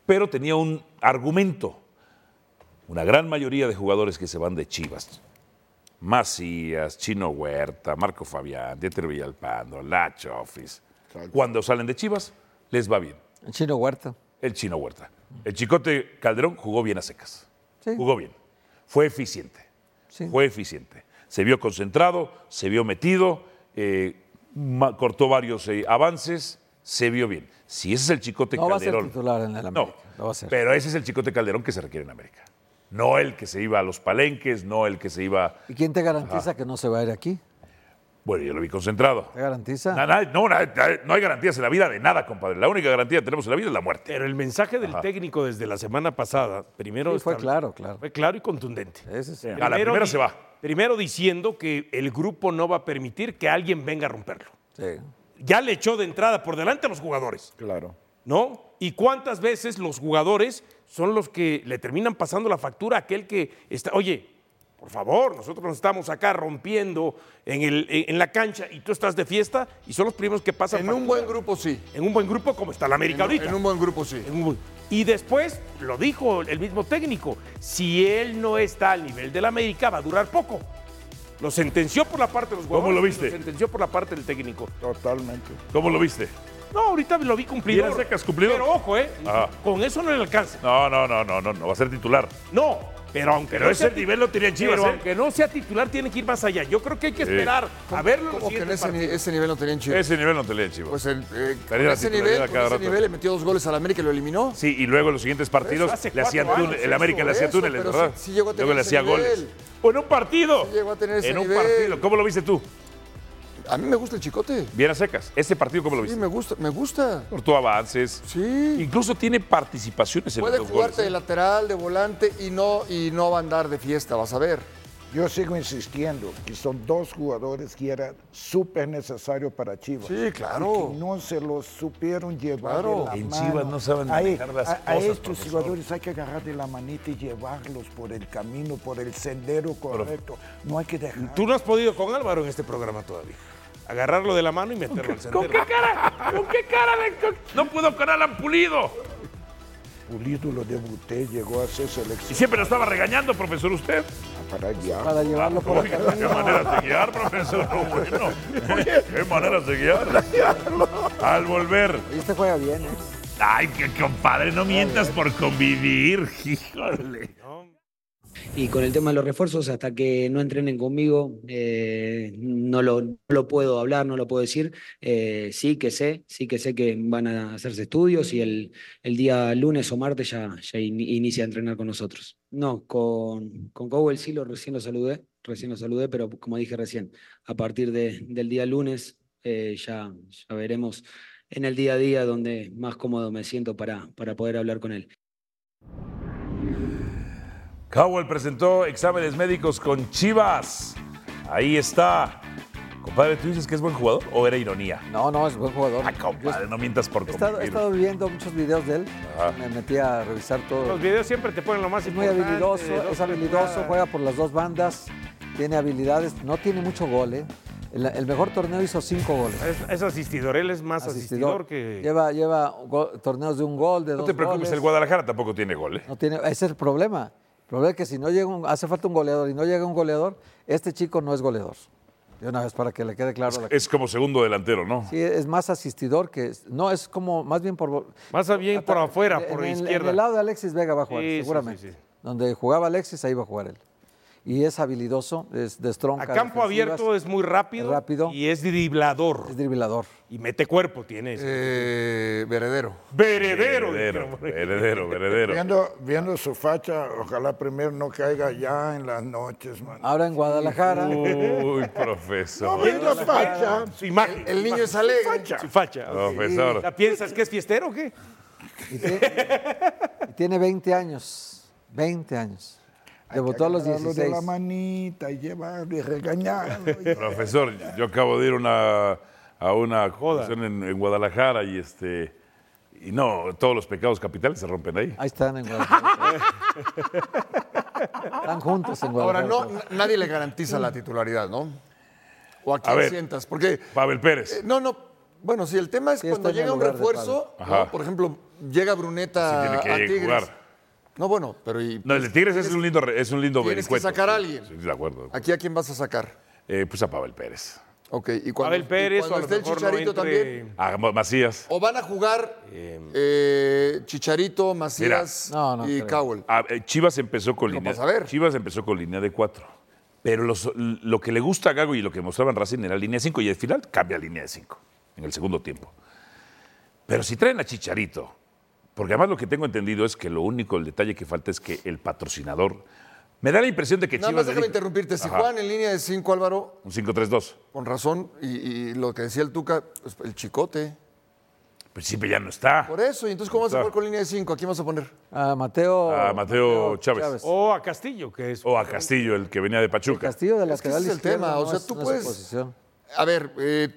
[SPEAKER 2] pero tenía un argumento. Una gran mayoría de jugadores que se van de Chivas, Macías, Chino Huerta, Marco Fabián, Dieter Villalpando, Lacho Office. Cuando salen de Chivas, les va bien.
[SPEAKER 5] El Chino Huerta.
[SPEAKER 2] El Chino Huerta. El Chicote Calderón jugó bien a secas.
[SPEAKER 5] Sí.
[SPEAKER 2] Jugó bien. fue eficiente.
[SPEAKER 5] Sí.
[SPEAKER 2] Fue eficiente. Se vio concentrado, se vio metido, eh, ma- cortó varios eh, avances, se vio bien. Si ese es el chicote
[SPEAKER 5] No va a ser
[SPEAKER 2] Calderón.
[SPEAKER 5] titular en el América,
[SPEAKER 2] No,
[SPEAKER 5] no va a ser.
[SPEAKER 2] pero ese es el chicote Calderón que se requiere en América. No el que se iba a los palenques, no el que se iba.
[SPEAKER 5] ¿Y quién te garantiza que no se va a ir aquí?
[SPEAKER 2] Bueno, yo lo vi concentrado.
[SPEAKER 5] ¿Te garantiza?
[SPEAKER 2] Na- na- no, na- na- no hay garantías en la vida de nada, compadre. La única garantía que tenemos en la vida es la muerte.
[SPEAKER 6] Pero el mensaje del técnico desde la semana pasada, primero.
[SPEAKER 5] Sí, fue
[SPEAKER 6] estab-
[SPEAKER 5] claro, claro.
[SPEAKER 6] Fue claro y contundente.
[SPEAKER 5] Ese sí.
[SPEAKER 2] Eh, A la primera se va.
[SPEAKER 6] Primero diciendo que el grupo no va a permitir que alguien venga a romperlo.
[SPEAKER 5] Sí.
[SPEAKER 6] Ya le echó de entrada por delante a los jugadores,
[SPEAKER 4] Claro.
[SPEAKER 6] ¿no? ¿Y cuántas veces los jugadores son los que le terminan pasando la factura a aquel que está, oye, por favor, nosotros nos estamos acá rompiendo en, el- en- en la cancha y tú estás de fiesta y son los primeros que pasan
[SPEAKER 3] En un
[SPEAKER 6] factura.
[SPEAKER 3] buen grupo sí.
[SPEAKER 6] En un buen grupo como está la América
[SPEAKER 3] En,
[SPEAKER 6] ahorita.
[SPEAKER 3] en un buen grupo sí.
[SPEAKER 6] En un buen- Y después lo dijo el mismo técnico, si él no está al nivel del América va a durar poco. Lo sentenció por la parte de los
[SPEAKER 2] ¿Cómo
[SPEAKER 6] jugadores.
[SPEAKER 2] lo viste?
[SPEAKER 6] Lo sentenció por la parte del técnico.
[SPEAKER 4] Totalmente.
[SPEAKER 2] ¿Cómo lo viste?
[SPEAKER 6] No, ahorita lo vi cumplidor.
[SPEAKER 2] Bien, secas, cumplidor.
[SPEAKER 6] Pero ojo, ¿eh?
[SPEAKER 2] Ah.
[SPEAKER 6] Con eso no le alcanza.
[SPEAKER 2] No, no, no, no, no, no va a ser titular.
[SPEAKER 6] No, pero aunque
[SPEAKER 2] Pero
[SPEAKER 6] no
[SPEAKER 2] ese
[SPEAKER 6] sea tit-
[SPEAKER 2] nivel lo tenía Chivas,
[SPEAKER 6] Pero
[SPEAKER 2] ¿eh?
[SPEAKER 6] aunque no sea titular, tiene que ir más allá. Yo creo que hay que esperar a verlo. en los
[SPEAKER 3] Como que en
[SPEAKER 6] siguientes
[SPEAKER 3] ese, ni-
[SPEAKER 6] partidos.
[SPEAKER 3] ese nivel no tenían chido.
[SPEAKER 2] Ese nivel no te lee, Chivas.
[SPEAKER 3] Pues en, eh, con
[SPEAKER 2] Tenía la titularidad
[SPEAKER 3] ese, nivel,
[SPEAKER 2] a
[SPEAKER 3] con
[SPEAKER 2] cada
[SPEAKER 3] ese
[SPEAKER 2] rato.
[SPEAKER 3] nivel le metió dos goles al América y lo eliminó.
[SPEAKER 2] Sí, y luego en los siguientes partidos
[SPEAKER 6] Eso hace
[SPEAKER 2] le hacían
[SPEAKER 6] cuatro
[SPEAKER 2] túnel-
[SPEAKER 6] años
[SPEAKER 2] el
[SPEAKER 6] hizo
[SPEAKER 2] América le hacía
[SPEAKER 3] eso,
[SPEAKER 2] túneles,
[SPEAKER 3] pero
[SPEAKER 2] ¿verdad?
[SPEAKER 3] sí- sí llegó a tener
[SPEAKER 2] luego le
[SPEAKER 3] ese
[SPEAKER 2] hacía
[SPEAKER 3] nivel.
[SPEAKER 2] goles. O en un partido.
[SPEAKER 3] llegó a tener ese
[SPEAKER 2] en un
[SPEAKER 3] nivel.
[SPEAKER 2] partido. ¿Cómo lo viste tú?
[SPEAKER 3] A mí me gusta el chicote.
[SPEAKER 2] Bien a secas. ¿Ese partido cómo lo
[SPEAKER 3] Sí,
[SPEAKER 2] viste?
[SPEAKER 3] me gusta, me gusta.
[SPEAKER 2] Cortó avances.
[SPEAKER 3] Sí.
[SPEAKER 2] Incluso tiene participaciones en
[SPEAKER 3] Puede
[SPEAKER 2] los dos
[SPEAKER 3] jugarte
[SPEAKER 2] goles.
[SPEAKER 3] de
[SPEAKER 2] ¿eh?
[SPEAKER 3] lateral, de volante y no, y no va a andar de fiesta, vas a ver.
[SPEAKER 4] Yo sigo insistiendo que son dos jugadores que era súper necesario para Chivas.
[SPEAKER 3] Sí,
[SPEAKER 2] Pues,
[SPEAKER 3] claro.
[SPEAKER 4] Y que no se los supieron llevar.
[SPEAKER 3] Claro.
[SPEAKER 4] de la
[SPEAKER 2] En
[SPEAKER 4] mano.
[SPEAKER 2] Chivas no saben
[SPEAKER 4] A-
[SPEAKER 2] manejar las
[SPEAKER 4] a, A
[SPEAKER 2] cosas,
[SPEAKER 4] estos
[SPEAKER 2] profesor.
[SPEAKER 4] jugadores hay que agarrar de la manita y llevarlos por el camino, por el sendero correcto. No hay que dejar.
[SPEAKER 6] Tú no has podido con Álvaro en este programa todavía. Agarrarlo de la mano y meterlo al sendero.
[SPEAKER 2] ¿Con qué cara? le- con- No puedo con Alan Pulido.
[SPEAKER 4] Pulido lo debuté, llegó a ser
[SPEAKER 2] Y
[SPEAKER 4] selección
[SPEAKER 2] siempre lo estaba regañando, profesor, usted.
[SPEAKER 4] para allá.
[SPEAKER 5] Para llevarlo por
[SPEAKER 2] Oiga, qué maneras de guiar, profesor. Bueno, qué maneras de guiar. Al volver.
[SPEAKER 5] Y este juega bien, ¿eh?
[SPEAKER 2] Ay, que compadre, no mientas por convivir, híjole.
[SPEAKER 8] Y con el tema de los refuerzos, hasta que no entrenen conmigo, eh, no lo, no lo puedo hablar, no lo puedo decir. Eh, sí que sé, sí que sé que van a hacerse estudios y el, el día lunes o martes ya, ya in- inicia a entrenar con nosotros. No, con, con Cowell sí lo recién lo saludé, recién lo saludé, pero como dije recién, a partir de- del día lunes eh, ya, ya veremos en el día a día donde más cómodo me siento para, para poder hablar con él.
[SPEAKER 2] Cowell presentó exámenes médicos con Chivas. Ahí está. Compadre, ¿tú dices que es buen jugador o era ironía?
[SPEAKER 5] No, no, es buen jugador.
[SPEAKER 2] Ah,
[SPEAKER 5] Yo
[SPEAKER 2] compadre, no mientas por
[SPEAKER 5] he, estado, he
[SPEAKER 2] convivir.
[SPEAKER 5] estado viendo muchos videos de él.
[SPEAKER 2] Ajá.
[SPEAKER 5] Me metí a revisar todo.
[SPEAKER 6] Los videos siempre te ponen lo más
[SPEAKER 5] Es muy
[SPEAKER 6] importante.
[SPEAKER 5] habilidoso,
[SPEAKER 6] dos,
[SPEAKER 5] es habilidoso,
[SPEAKER 6] tres,
[SPEAKER 5] juega por las dos bandas, tiene habilidades, no tiene mucho gol, ¿eh? El, el mejor torneo hizo cinco goles.
[SPEAKER 6] Es, es asistidor, él es más asistidor, que.
[SPEAKER 5] Lleva, lleva go- torneos de un gol, de
[SPEAKER 2] No
[SPEAKER 5] dos
[SPEAKER 2] te preocupes,
[SPEAKER 5] goles.
[SPEAKER 2] el Guadalajara tampoco tiene gol. ¿eh?
[SPEAKER 5] No tiene, ese es el problema. El problema es que si no llega un- hace falta un goleador y no llega un goleador, este chico no es goleador. De una vez para que le quede claro. a la-
[SPEAKER 2] Es como segundo delantero, ¿no?
[SPEAKER 5] Sí, es más asistidor que no es como más bien por
[SPEAKER 6] Más bien por afuera,
[SPEAKER 5] en
[SPEAKER 6] por
[SPEAKER 5] el-
[SPEAKER 6] izquierda.
[SPEAKER 5] En el lado de Alexis Vega va a jugar,
[SPEAKER 6] Sí, sí,
[SPEAKER 5] seguramente.
[SPEAKER 6] sí, sí.
[SPEAKER 5] Donde jugaba Alexis, ahí va a jugar él. Y es habilidoso, es destronca.
[SPEAKER 6] a campo
[SPEAKER 5] defensivas,
[SPEAKER 6] abierto es muy rápido,
[SPEAKER 5] rápido.
[SPEAKER 6] y es driblador.
[SPEAKER 5] es driblador.
[SPEAKER 6] Y mete cuerpo, tiene. eso.
[SPEAKER 3] Eh, veredero.
[SPEAKER 6] Veredero.
[SPEAKER 2] Heredero,
[SPEAKER 6] dijeron.
[SPEAKER 2] heredero, heredero.
[SPEAKER 4] Viendo, viendo su facha, ojalá primero no caiga ya en las noches, man.
[SPEAKER 5] Ahora en Guadalajara.
[SPEAKER 2] Uy, profesor.
[SPEAKER 4] Viendo facha.
[SPEAKER 6] Su imagen.
[SPEAKER 3] El niño es alegre.
[SPEAKER 6] Su facha. ok.
[SPEAKER 2] Profesor.
[SPEAKER 6] ¿La piensas que es fiestero o qué?
[SPEAKER 5] Y tiene, y tiene 20 años. 20 años. Debutó a los
[SPEAKER 4] Agarrarlo
[SPEAKER 5] 16.
[SPEAKER 4] de la manita y llevarlo y regañarlo.
[SPEAKER 2] Profesor, yo acabo de ir una- a una convención en, en Guadalajara y este y no, todos los pecados capitales se rompen ahí.
[SPEAKER 5] Ahí están en Guadalajara. están juntos en
[SPEAKER 3] Ahora,
[SPEAKER 5] Guadalajara.
[SPEAKER 3] no, na- nadie le garantiza la titularidad, ¿no? O a
[SPEAKER 2] A
[SPEAKER 3] quién
[SPEAKER 2] ver.
[SPEAKER 3] sientas, porque...
[SPEAKER 2] Pavel
[SPEAKER 3] eh,
[SPEAKER 2] Pérez.
[SPEAKER 3] no, no, bueno, si el tema es
[SPEAKER 5] Sí, está
[SPEAKER 3] cuando
[SPEAKER 5] en
[SPEAKER 3] llega
[SPEAKER 5] el
[SPEAKER 3] un
[SPEAKER 5] lugar de
[SPEAKER 3] refuerzo,
[SPEAKER 2] Pablo. Ajá.
[SPEAKER 3] ¿no? por ejemplo, llega
[SPEAKER 2] Sí,
[SPEAKER 3] Bruneta
[SPEAKER 2] tiene que
[SPEAKER 3] a Tigres.
[SPEAKER 2] jugar.
[SPEAKER 3] No, bueno, pero y- pues,
[SPEAKER 2] No, el de Tigres es un lindo re- es un lindo
[SPEAKER 3] Tienes que
[SPEAKER 2] vericueto.
[SPEAKER 3] sacar a alguien.
[SPEAKER 2] Sí, de acuerdo.
[SPEAKER 3] aquí a quién vas a sacar.
[SPEAKER 2] Eh, pues a Pavel Pérez.
[SPEAKER 3] Ok, y cuando,
[SPEAKER 6] Abel Pérez,
[SPEAKER 3] y cuando
[SPEAKER 6] o a lo
[SPEAKER 3] esté el
[SPEAKER 6] mejor no
[SPEAKER 3] Chicharito
[SPEAKER 6] entre- Em.
[SPEAKER 3] también.
[SPEAKER 2] A Macías.
[SPEAKER 3] O van a jugar eh, Chicharito, Macías
[SPEAKER 5] Mira. No, no
[SPEAKER 3] y
[SPEAKER 5] creo.
[SPEAKER 3] Cowell.
[SPEAKER 6] Ah,
[SPEAKER 2] A- eh, Chivas empezó con
[SPEAKER 3] Digo, pues,
[SPEAKER 2] línea.
[SPEAKER 3] para saber.
[SPEAKER 2] Chivas empezó con línea de cuatro. Pero los- lo que le gusta a Gago y lo que mostraban Racing era línea de cinco y al final cambia a línea de cinco en el segundo tiempo. Pero si traen a Chicharito, porque además lo que tengo entendido es que lo único, el detalle que falta es que el patrocinador. Me da la impresión de que
[SPEAKER 3] Nada
[SPEAKER 2] Chivas.
[SPEAKER 3] más déjame
[SPEAKER 2] dedica-
[SPEAKER 3] interrumpirte. Si
[SPEAKER 2] Ajá,
[SPEAKER 3] juegan en línea de 5, Álvaro,
[SPEAKER 2] Un 5-3-2.
[SPEAKER 3] con razón, y, y lo que decía el Tuca, pues, el chicote.
[SPEAKER 2] Pues siempre ya no está.
[SPEAKER 3] Por eso, y entonces, ¿cómo vas a
[SPEAKER 2] Claro.
[SPEAKER 3] jugar con línea de 5? ¿A quién vas a poner?
[SPEAKER 5] A Ah, Mateo.
[SPEAKER 2] A Ah, Mateo Chávez.
[SPEAKER 6] O a Castillo, que es.
[SPEAKER 2] O a Castillo, el que venía de Pachuca.
[SPEAKER 5] Castillo de
[SPEAKER 3] Es que
[SPEAKER 5] lateral
[SPEAKER 3] ese es el
[SPEAKER 5] izquierdo
[SPEAKER 3] tema, o
[SPEAKER 5] no
[SPEAKER 3] sea,
[SPEAKER 5] es-
[SPEAKER 3] tú
[SPEAKER 5] no es su
[SPEAKER 3] puedes-
[SPEAKER 5] posición.
[SPEAKER 3] A ver, eh,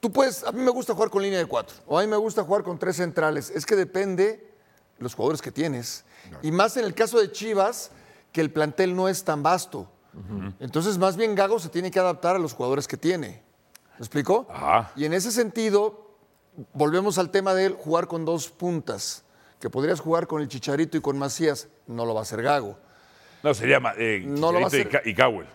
[SPEAKER 3] tú puedes. A mí me gusta jugar con línea de 4, o a mí me gusta jugar con tres centrales. Es que depende los jugadores que tienes. Y más en el caso de Chivas, que el plantel no es tan vasto. Entonces, más bien Gago se tiene que adaptar a los jugadores que tiene. ¿Me explicó?
[SPEAKER 2] Ajá.
[SPEAKER 3] Y en ese sentido, volvemos al tema de él jugar con dos puntas, que podrías jugar con el Chicharito y con Macías, no lo va a hacer Gago.
[SPEAKER 2] No, se llama eh,
[SPEAKER 3] No lo va a
[SPEAKER 2] Chicharito y
[SPEAKER 3] hacer.
[SPEAKER 2] Ca- y Cowell.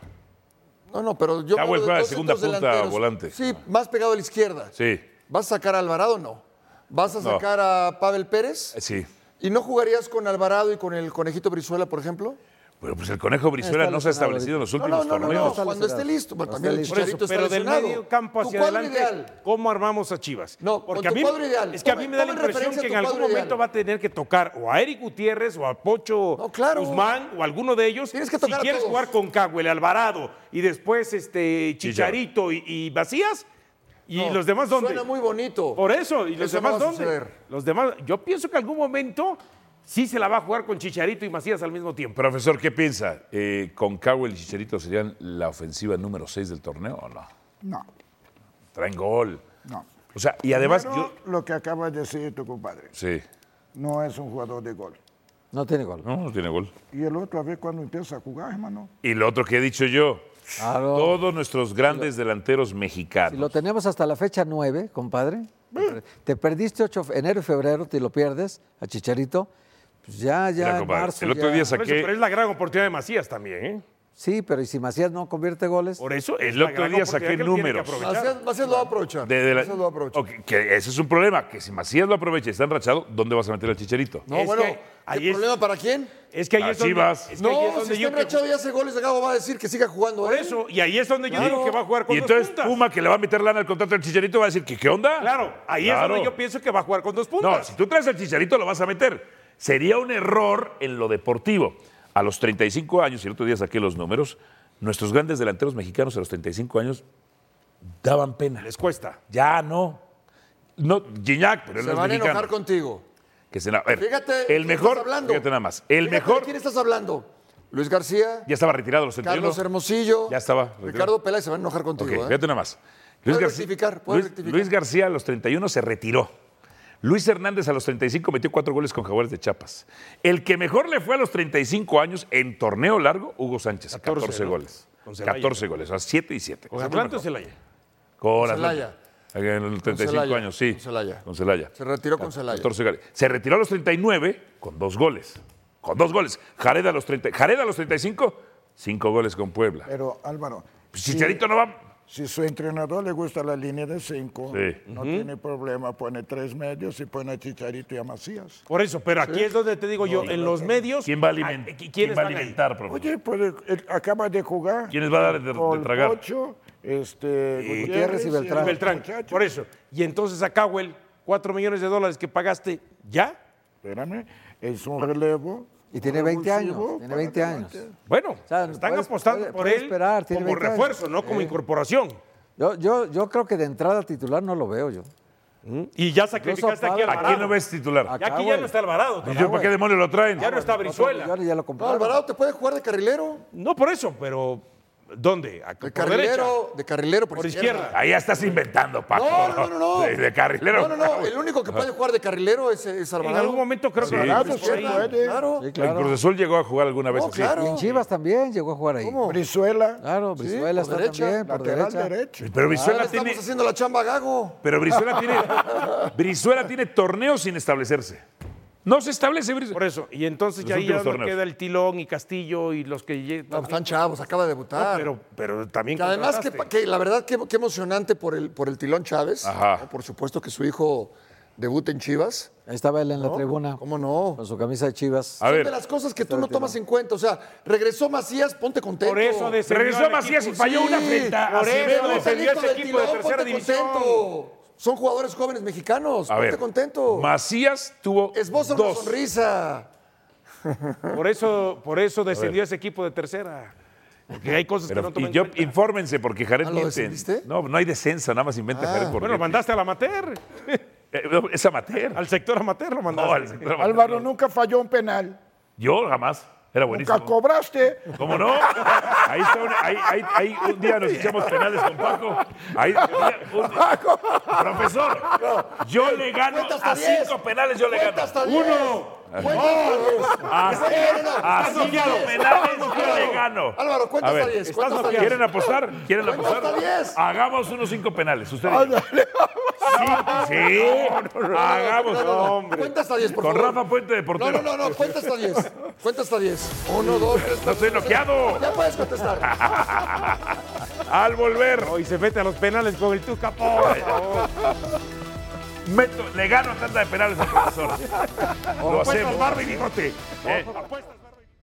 [SPEAKER 3] No, no, pero yo
[SPEAKER 2] Ya
[SPEAKER 3] hablo
[SPEAKER 2] vuelve a la
[SPEAKER 3] dos
[SPEAKER 2] segunda
[SPEAKER 3] centros
[SPEAKER 2] punta
[SPEAKER 3] delanteros.
[SPEAKER 2] volante.
[SPEAKER 3] Sí, más pegado a la izquierda.
[SPEAKER 2] Sí.
[SPEAKER 3] ¿Vas a sacar a Alvarado no? ¿Vas a
[SPEAKER 2] No.
[SPEAKER 3] sacar a Pavel Pérez?
[SPEAKER 2] Eh,
[SPEAKER 6] Eh,
[SPEAKER 2] Sí.
[SPEAKER 3] ¿Y no jugarías con Alvarado y con el Conejito Brizuela, por ejemplo?
[SPEAKER 2] Pero pues el conejo Brizuela
[SPEAKER 5] Está
[SPEAKER 2] no se ha
[SPEAKER 5] lesionado
[SPEAKER 2] establecido en los
[SPEAKER 3] No,
[SPEAKER 2] últimos
[SPEAKER 3] no, no, no,
[SPEAKER 2] torneos.
[SPEAKER 3] no,
[SPEAKER 5] Está
[SPEAKER 3] cuando esté
[SPEAKER 5] lesionado.
[SPEAKER 3] listo. Bueno,
[SPEAKER 5] Está
[SPEAKER 3] también el
[SPEAKER 5] listo.
[SPEAKER 6] Por eso,
[SPEAKER 3] Chicharito está
[SPEAKER 6] pero del
[SPEAKER 3] lesionado.
[SPEAKER 6] medio campo
[SPEAKER 3] Tu
[SPEAKER 6] hacia
[SPEAKER 3] cuadro
[SPEAKER 6] adelante,
[SPEAKER 3] ideal.
[SPEAKER 6] ¿cómo armamos a Chivas?
[SPEAKER 3] No, con
[SPEAKER 6] porque
[SPEAKER 3] tu
[SPEAKER 6] a mí,
[SPEAKER 3] cuadro ideal.
[SPEAKER 6] es que a mí
[SPEAKER 3] Toma-
[SPEAKER 6] me da la
[SPEAKER 3] toma en
[SPEAKER 6] impresión
[SPEAKER 3] referencia
[SPEAKER 6] que en
[SPEAKER 3] tu
[SPEAKER 6] algún
[SPEAKER 3] cuadro
[SPEAKER 6] momento
[SPEAKER 3] ideal.
[SPEAKER 6] va a tener que tocar o a Eric Gutiérrez o a Pocho
[SPEAKER 3] No, claro.
[SPEAKER 6] Guzmán o alguno de ellos.
[SPEAKER 3] Tienes que tocar a
[SPEAKER 6] si quieres
[SPEAKER 3] todos.
[SPEAKER 6] jugar con Caguel, Alvarado y después este Chicharito y, y Macías y
[SPEAKER 3] No,
[SPEAKER 6] los demás dónde?
[SPEAKER 3] Suena muy bonito.
[SPEAKER 6] Por eso, ¿y los
[SPEAKER 3] Eso no
[SPEAKER 6] demás
[SPEAKER 3] va a
[SPEAKER 6] dónde?
[SPEAKER 3] suceder.
[SPEAKER 6] Los demás, yo pienso que en algún momento sí se la va a jugar con Chicharito y Macías al mismo tiempo.
[SPEAKER 2] Profesor, ¿qué piensa? Eh, ¿Con Cowell y Chicharito serían la ofensiva número 6 del torneo o no?
[SPEAKER 4] No,
[SPEAKER 2] Traen gol.
[SPEAKER 4] no.
[SPEAKER 2] O sea, y además
[SPEAKER 4] Primero,
[SPEAKER 2] yo...
[SPEAKER 4] lo que acaba de decir tu compadre,
[SPEAKER 2] Sí.
[SPEAKER 4] no es un jugador de gol.
[SPEAKER 5] No tiene gol.
[SPEAKER 2] No, no tiene gol.
[SPEAKER 4] Y el otro, a ver cuándo empieza a jugar, hermano.
[SPEAKER 2] Y lo otro que he dicho yo,
[SPEAKER 5] Claro.
[SPEAKER 2] todos nuestros grandes delanteros mexicanos.
[SPEAKER 5] Si lo tenemos hasta la fecha 9, compadre. Te perdiste 8 enero y febrero, te lo pierdes a Chicharito. Pues ya,
[SPEAKER 2] Mira,
[SPEAKER 5] ya, en
[SPEAKER 2] compadre,
[SPEAKER 5] marzo.
[SPEAKER 2] el otro
[SPEAKER 5] ya.
[SPEAKER 2] día
[SPEAKER 6] Por eso, pero
[SPEAKER 2] saqué,
[SPEAKER 6] es la gran oportunidad de Macías también, ¿eh?
[SPEAKER 5] Sí, pero y si Macías no convierte goles,
[SPEAKER 6] Por eso es
[SPEAKER 2] El
[SPEAKER 6] la
[SPEAKER 2] otro
[SPEAKER 6] gran
[SPEAKER 2] día
[SPEAKER 6] oportunidad
[SPEAKER 2] saqué
[SPEAKER 6] que él tiene que
[SPEAKER 2] números.
[SPEAKER 6] aprovechar.
[SPEAKER 3] Macías, Macías lo va a aprovechar.
[SPEAKER 2] de- de la-
[SPEAKER 3] Macías lo va a aprovechar.
[SPEAKER 2] Ok, que ese es un problema, que si Macías lo aprovecha y está enrachado, ¿dónde vas a meter al Chicharito?
[SPEAKER 3] No,
[SPEAKER 6] Es
[SPEAKER 3] bueno,
[SPEAKER 6] que ahí
[SPEAKER 3] ¿el
[SPEAKER 6] es-
[SPEAKER 3] problema para quién?
[SPEAKER 6] Es que ahí
[SPEAKER 2] A
[SPEAKER 6] es donde,
[SPEAKER 2] Chivas.
[SPEAKER 6] es que ahí es
[SPEAKER 3] No, si
[SPEAKER 6] donde
[SPEAKER 3] está
[SPEAKER 6] yo que-
[SPEAKER 3] enrachado y hace goles, Gabo va a decir que siga jugando
[SPEAKER 6] por
[SPEAKER 3] él.
[SPEAKER 6] eso y ahí es donde yo digo que va a jugar con
[SPEAKER 2] Y
[SPEAKER 6] dos
[SPEAKER 2] entonces
[SPEAKER 6] puntas.
[SPEAKER 2] Puma, que le va a meter lana al contrato del Chicharito, va a decir, ¿qué, qué onda?
[SPEAKER 6] Claro, ahí es
[SPEAKER 2] Claro.
[SPEAKER 6] donde yo pienso que va a jugar con dos
[SPEAKER 2] No,
[SPEAKER 6] puntas.
[SPEAKER 2] si tú traes al Chicharito lo vas a meter. Sería un error en lo deportivo. A los 35 años, y el otro día saqué los números, nuestros grandes delanteros mexicanos a los 35 años daban pena.
[SPEAKER 6] Les cuesta.
[SPEAKER 2] Ya no. No, Gignac, pero él
[SPEAKER 3] Se
[SPEAKER 2] no es
[SPEAKER 3] van a
[SPEAKER 2] mexicano.
[SPEAKER 3] enojar contigo.
[SPEAKER 2] Que se, a ver,
[SPEAKER 3] Fíjate. de
[SPEAKER 2] el
[SPEAKER 3] quién
[SPEAKER 2] mejor,
[SPEAKER 3] estás hablando.
[SPEAKER 2] fíjate nada más, el
[SPEAKER 3] Fíjate de
[SPEAKER 2] mejor,
[SPEAKER 3] quién estás hablando? Luis García,
[SPEAKER 2] ya estaba retirado a los 31.
[SPEAKER 3] Carlos Hermosillo.
[SPEAKER 2] Ya estaba.
[SPEAKER 3] Ricardo Peláez se van a enojar
[SPEAKER 2] Ok,
[SPEAKER 3] contigo. ¿eh?
[SPEAKER 2] fíjate nada más.
[SPEAKER 3] Puede rectificar, puede
[SPEAKER 2] Luis-
[SPEAKER 3] rectificar.
[SPEAKER 2] Luis García a los 31 se retiró. Luis Hernández a los 35 metió cuatro goles con Jaguares de Chiapas. El que mejor le fue a los 35 años en torneo largo, Hugo Sánchez, 14,
[SPEAKER 6] 14, ¿no?
[SPEAKER 2] goles.
[SPEAKER 6] Con Celaya.
[SPEAKER 2] 14 goles, o sea, 7 y 7.
[SPEAKER 6] ¿Con Atlanta o Celaya?
[SPEAKER 2] Con
[SPEAKER 3] Celaya.
[SPEAKER 2] Atlanta. En los 35
[SPEAKER 3] Celaya,
[SPEAKER 2] años, sí.
[SPEAKER 3] con Celaya.
[SPEAKER 2] Con Celaya.
[SPEAKER 3] Se retiró con Celaya.
[SPEAKER 2] 14 goles. Se retiró a los 39 con dos goles. Con dos goles. Jared a los, 30, Jared a los 35, cinco goles con Puebla.
[SPEAKER 4] Pero, Álvaro,
[SPEAKER 2] Pues Chicharito no va.
[SPEAKER 4] si su entrenador le gusta la línea de cinco,
[SPEAKER 2] Sí.
[SPEAKER 4] no tiene problema, pone tres medios y pone a Chicharito y a Macías.
[SPEAKER 6] Por eso, pero aquí es donde te digo yo, en los medios.
[SPEAKER 2] ¿Quién va a
[SPEAKER 6] ¿a-
[SPEAKER 2] alimentar?
[SPEAKER 6] Ah, qui-
[SPEAKER 2] ¿Quién
[SPEAKER 6] ¿Quiénes
[SPEAKER 2] va a
[SPEAKER 6] van ahí?
[SPEAKER 2] alimentar, profe?
[SPEAKER 4] Oye, pues él acaba de jugar.
[SPEAKER 2] ¿Quién les va a dar de- de
[SPEAKER 4] Con
[SPEAKER 2] tragar?
[SPEAKER 4] Pocho, este,
[SPEAKER 5] Gutiérrez y
[SPEAKER 4] el
[SPEAKER 5] Beltrán.
[SPEAKER 6] Beltrán.
[SPEAKER 4] muchacho.
[SPEAKER 6] Por eso. Y entonces a Cowell, 4 millones de dólares que pagaste, ¿ya?
[SPEAKER 4] Espérame, es un relevo.
[SPEAKER 5] y tiene
[SPEAKER 4] un
[SPEAKER 5] 20 años.
[SPEAKER 4] revulsivo
[SPEAKER 5] Tiene
[SPEAKER 4] para
[SPEAKER 5] 20 años.
[SPEAKER 4] adelante.
[SPEAKER 6] Bueno,
[SPEAKER 5] sea,
[SPEAKER 6] están
[SPEAKER 5] puedes-
[SPEAKER 6] apostando
[SPEAKER 5] puede-
[SPEAKER 6] por
[SPEAKER 5] puede
[SPEAKER 6] él
[SPEAKER 5] esperar, tiene
[SPEAKER 6] como
[SPEAKER 5] 20 años.
[SPEAKER 6] refuerzo, no como incorporación.
[SPEAKER 5] Yo, yo, yo creo que de entrada titular no lo veo yo.
[SPEAKER 6] Y ya sacrificaste aquí a
[SPEAKER 5] Pavel-
[SPEAKER 2] ¿A
[SPEAKER 6] Alvarado.
[SPEAKER 2] quién no ves titular?
[SPEAKER 5] ¿A
[SPEAKER 6] Ya aquí ya
[SPEAKER 5] Cowell.
[SPEAKER 6] no está Alvarado.
[SPEAKER 2] ¿Y yo para qué demonios lo traen?
[SPEAKER 6] Ya no está Brizuela.
[SPEAKER 5] Otro millón y ya lo
[SPEAKER 3] No,
[SPEAKER 5] compraron.
[SPEAKER 3] Alvarado te puede jugar de carrilero.
[SPEAKER 6] No por eso, pero ¿dónde? ¿A-
[SPEAKER 3] De
[SPEAKER 6] por derecha?
[SPEAKER 3] carrilero, de carrilero por,
[SPEAKER 6] Por
[SPEAKER 3] izquierda.
[SPEAKER 2] Ahí ya estás inventando, Paco.
[SPEAKER 3] No, no, no, no. no.
[SPEAKER 2] Ah, De, de carrilero.
[SPEAKER 3] No, no, no. El único que puede jugar de carrilero es, es
[SPEAKER 6] En
[SPEAKER 3] Alvarado.
[SPEAKER 6] algún momento ¿eh? creo
[SPEAKER 2] Sí.
[SPEAKER 6] que Alvarado
[SPEAKER 4] Alvarado,
[SPEAKER 6] es por
[SPEAKER 4] sí,
[SPEAKER 6] ahí.
[SPEAKER 4] puede.
[SPEAKER 3] Claro.
[SPEAKER 5] Sí,
[SPEAKER 2] El
[SPEAKER 5] claro.
[SPEAKER 2] Cruz Azul llegó a jugar alguna vez
[SPEAKER 3] No,
[SPEAKER 2] así.
[SPEAKER 3] claro.
[SPEAKER 5] Y en Chivas también llegó a jugar ahí.
[SPEAKER 4] Brizuela,
[SPEAKER 5] Claro,
[SPEAKER 3] Sí,
[SPEAKER 5] Brizuela
[SPEAKER 3] por
[SPEAKER 5] está
[SPEAKER 3] derecha,
[SPEAKER 5] también, por
[SPEAKER 4] lateral
[SPEAKER 5] derecha.
[SPEAKER 4] derecho.
[SPEAKER 2] Pero
[SPEAKER 3] Ya le
[SPEAKER 2] Brizuela
[SPEAKER 3] estamos
[SPEAKER 2] tiene,
[SPEAKER 3] haciendo la chamba a Gago.
[SPEAKER 2] pero Brizuela tiene, Brizuela tiene torneos sin establecerse. No se establece Brizuela.
[SPEAKER 6] Por eso. Y entonces
[SPEAKER 2] Los
[SPEAKER 6] ya, ahí ya
[SPEAKER 2] últimos
[SPEAKER 6] no
[SPEAKER 2] torneos.
[SPEAKER 6] queda el Tilón y Castillo y los que... lleg-
[SPEAKER 3] No, pues, están chavos, acaba
[SPEAKER 6] No,
[SPEAKER 3] de debutar.
[SPEAKER 6] pero, pero también...
[SPEAKER 3] Que además, que,
[SPEAKER 6] contrataste.
[SPEAKER 3] que la verdad, qué, qué emocionante por el, por el Tilón Chávez.
[SPEAKER 2] Ajá.
[SPEAKER 3] ¿no? Por supuesto que su hijo debuta en Chivas.
[SPEAKER 5] Ahí estaba él en la tribuna. Pues
[SPEAKER 3] ¿Cómo no?
[SPEAKER 5] Con su camisa de chivas.
[SPEAKER 2] A
[SPEAKER 3] Son
[SPEAKER 2] ver.
[SPEAKER 3] de las cosas que tú no tomas en cuenta. O sea, regresó Macías, ponte contento.
[SPEAKER 6] Por eso descendió
[SPEAKER 2] Regresó
[SPEAKER 6] al
[SPEAKER 2] Macías
[SPEAKER 6] equipo.
[SPEAKER 2] y falló una frente a
[SPEAKER 6] Por eso
[SPEAKER 2] Acevedo.
[SPEAKER 6] descendió ese equipo de tercera división.
[SPEAKER 3] Son jugadores jóvenes mexicanos,
[SPEAKER 2] A
[SPEAKER 3] ponte
[SPEAKER 2] ver,
[SPEAKER 3] contento.
[SPEAKER 2] Macías tuvo
[SPEAKER 3] Esboza una
[SPEAKER 2] dos.
[SPEAKER 3] sonrisa.
[SPEAKER 6] Por eso, por eso descendió ese equipo de tercera. Porque hay cosas
[SPEAKER 2] Pero-
[SPEAKER 6] que no
[SPEAKER 2] y
[SPEAKER 6] toman
[SPEAKER 2] yo,
[SPEAKER 6] en cuenta.
[SPEAKER 2] infórmense, porque Jared
[SPEAKER 3] ¿Ah, lo
[SPEAKER 2] miente.
[SPEAKER 3] descendiste?
[SPEAKER 2] No, no hay descenso, nada más inventa Jared por Eh,
[SPEAKER 6] Bueno, lo mandaste al amateur.
[SPEAKER 2] Es amateur.
[SPEAKER 6] Al sector amateur lo mandaste.
[SPEAKER 2] No, al sector amateur.
[SPEAKER 4] Álvaro nunca falló un penal.
[SPEAKER 2] Yo jamás. Era buenísimo.
[SPEAKER 4] Nunca cobraste.
[SPEAKER 2] ¿Cómo no? Ahí está un, ahí, ahí- ahí un día nos echamos penales con Paco. Ahí, un día- un- profesor, yo le gano
[SPEAKER 3] Cuenta hasta
[SPEAKER 2] a
[SPEAKER 3] diez.
[SPEAKER 2] cinco penales, yo le
[SPEAKER 3] Cuenta
[SPEAKER 2] gano.
[SPEAKER 3] hasta diez.
[SPEAKER 2] Uno.
[SPEAKER 3] Cuenta
[SPEAKER 2] A,
[SPEAKER 3] hasta diez. No, no, no, no.
[SPEAKER 2] ah, a
[SPEAKER 3] Estás
[SPEAKER 2] cinco
[SPEAKER 3] noqueado.
[SPEAKER 2] penales,
[SPEAKER 3] Estás
[SPEAKER 2] yo le
[SPEAKER 3] noqueado.
[SPEAKER 2] gano.
[SPEAKER 3] Álvaro, cuenta
[SPEAKER 2] A ver,
[SPEAKER 3] hasta diez,
[SPEAKER 2] ¿estás
[SPEAKER 3] cuenta hasta
[SPEAKER 2] noqueado? ¿Quieren
[SPEAKER 3] diez.
[SPEAKER 2] apostar? ¿Quieren
[SPEAKER 3] Cuenta
[SPEAKER 2] apostar?
[SPEAKER 3] hasta diez.
[SPEAKER 2] Hagamos unos cinco penales. Usted y yo. Sí, sí. Hagamos.
[SPEAKER 3] No, no, no.
[SPEAKER 2] hombre.
[SPEAKER 3] Cuenta hasta 10, por
[SPEAKER 2] Con
[SPEAKER 3] favor.
[SPEAKER 2] Rafa Puente de portero.
[SPEAKER 3] No, no, no, no, cuenta hasta 10. Cuenta hasta 10. Uno, dos, tres.
[SPEAKER 2] No estoy noqueado.
[SPEAKER 3] Ya puedes contestar.
[SPEAKER 2] Al volver.
[SPEAKER 6] Oh, y se mete a los penales con el Tuca. po.
[SPEAKER 2] Meto, le gano tanda de penales al profesor. Lo hacemos. Barbie bigote. Eh,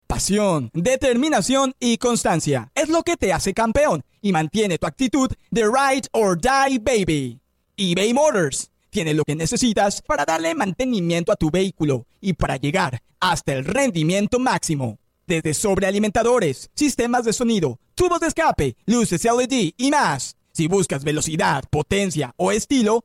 [SPEAKER 9] Pasión, determinación y constancia es lo que te hace campeón y mantiene tu actitud de ride or die baby. eBay Motors tiene lo que necesitas para darle mantenimiento a tu vehículo y para llegar hasta el rendimiento máximo. Desde sobrealimentadores, sistemas de sonido, tubos de escape, luces LED y más. Si buscas velocidad, potencia o estilo,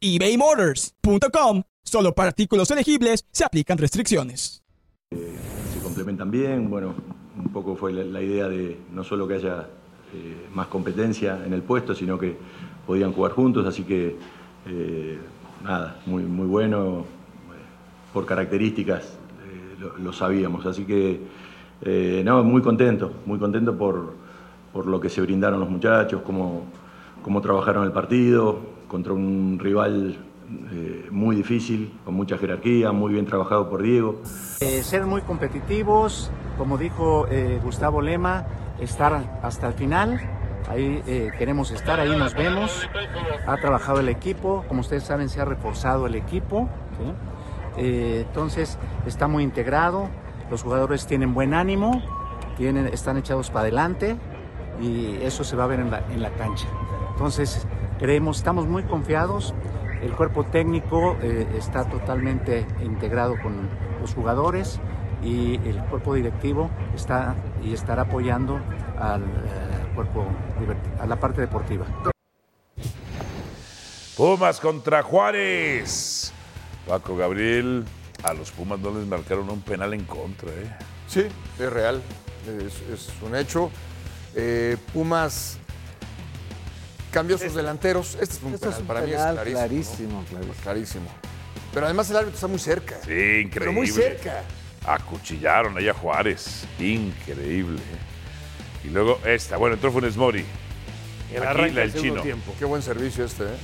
[SPEAKER 9] ebaymotors.com. Solo para artículos elegibles se aplican restricciones.
[SPEAKER 10] se complementan bien. Bueno, un poco fue la, la idea de no solo que haya eh, más competencia en el puesto, sino que podían jugar juntos. Así que, eh, nada, muy, muy bueno. eh, Por características eh, lo, lo sabíamos. Así que, eh, no, muy contento, muy contento por, por lo que se brindaron los muchachos, cómo, cómo trabajaron el partido contra un rival eh, muy difícil, con mucha jerarquía, muy bien trabajado por Diego.
[SPEAKER 11] Eh, ser muy competitivos, como dijo eh, Gustavo Lema, estar hasta el final. Ahí eh, queremos estar, ahí nos vemos. Ha trabajado el equipo, como ustedes saben, se ha reforzado el equipo. ¿sí? Eh, entonces está muy integrado, los jugadores tienen buen ánimo, tienen, están echados para adelante y eso se va a ver en la, en la cancha. Entonces creemos, estamos muy confiados, el cuerpo técnico eh, está totalmente integrado con los jugadores y el cuerpo directivo está y estará apoyando al eh, cuerpo diverti- a la parte deportiva.
[SPEAKER 2] Pumas contra Juárez. Paco Gabriel. A los Pumas no les marcaron un penal en contra, ¿eh?
[SPEAKER 3] Sí, es real. Es, es un hecho. Eh, Pumas cambió sus delanteros. Este es un
[SPEAKER 5] Esto
[SPEAKER 3] penal.
[SPEAKER 5] es un
[SPEAKER 3] Para
[SPEAKER 5] penal
[SPEAKER 3] mí es clarísimo.
[SPEAKER 5] clarísimo,
[SPEAKER 3] ¿no?
[SPEAKER 5] clarísimo.
[SPEAKER 3] Clarísimo. Pero además el árbitro está muy cerca.
[SPEAKER 2] Sí, increíble.
[SPEAKER 3] Pero muy cerca.
[SPEAKER 2] Acuchillaron allá a Juárez. Increíble. ¿eh? Y luego esta. Bueno, entró Funes Mori.
[SPEAKER 6] El
[SPEAKER 2] Aquí
[SPEAKER 6] arranque
[SPEAKER 2] la del
[SPEAKER 6] del
[SPEAKER 2] chino.
[SPEAKER 6] segundo tiempo.
[SPEAKER 3] Qué buen servicio este, ¿eh?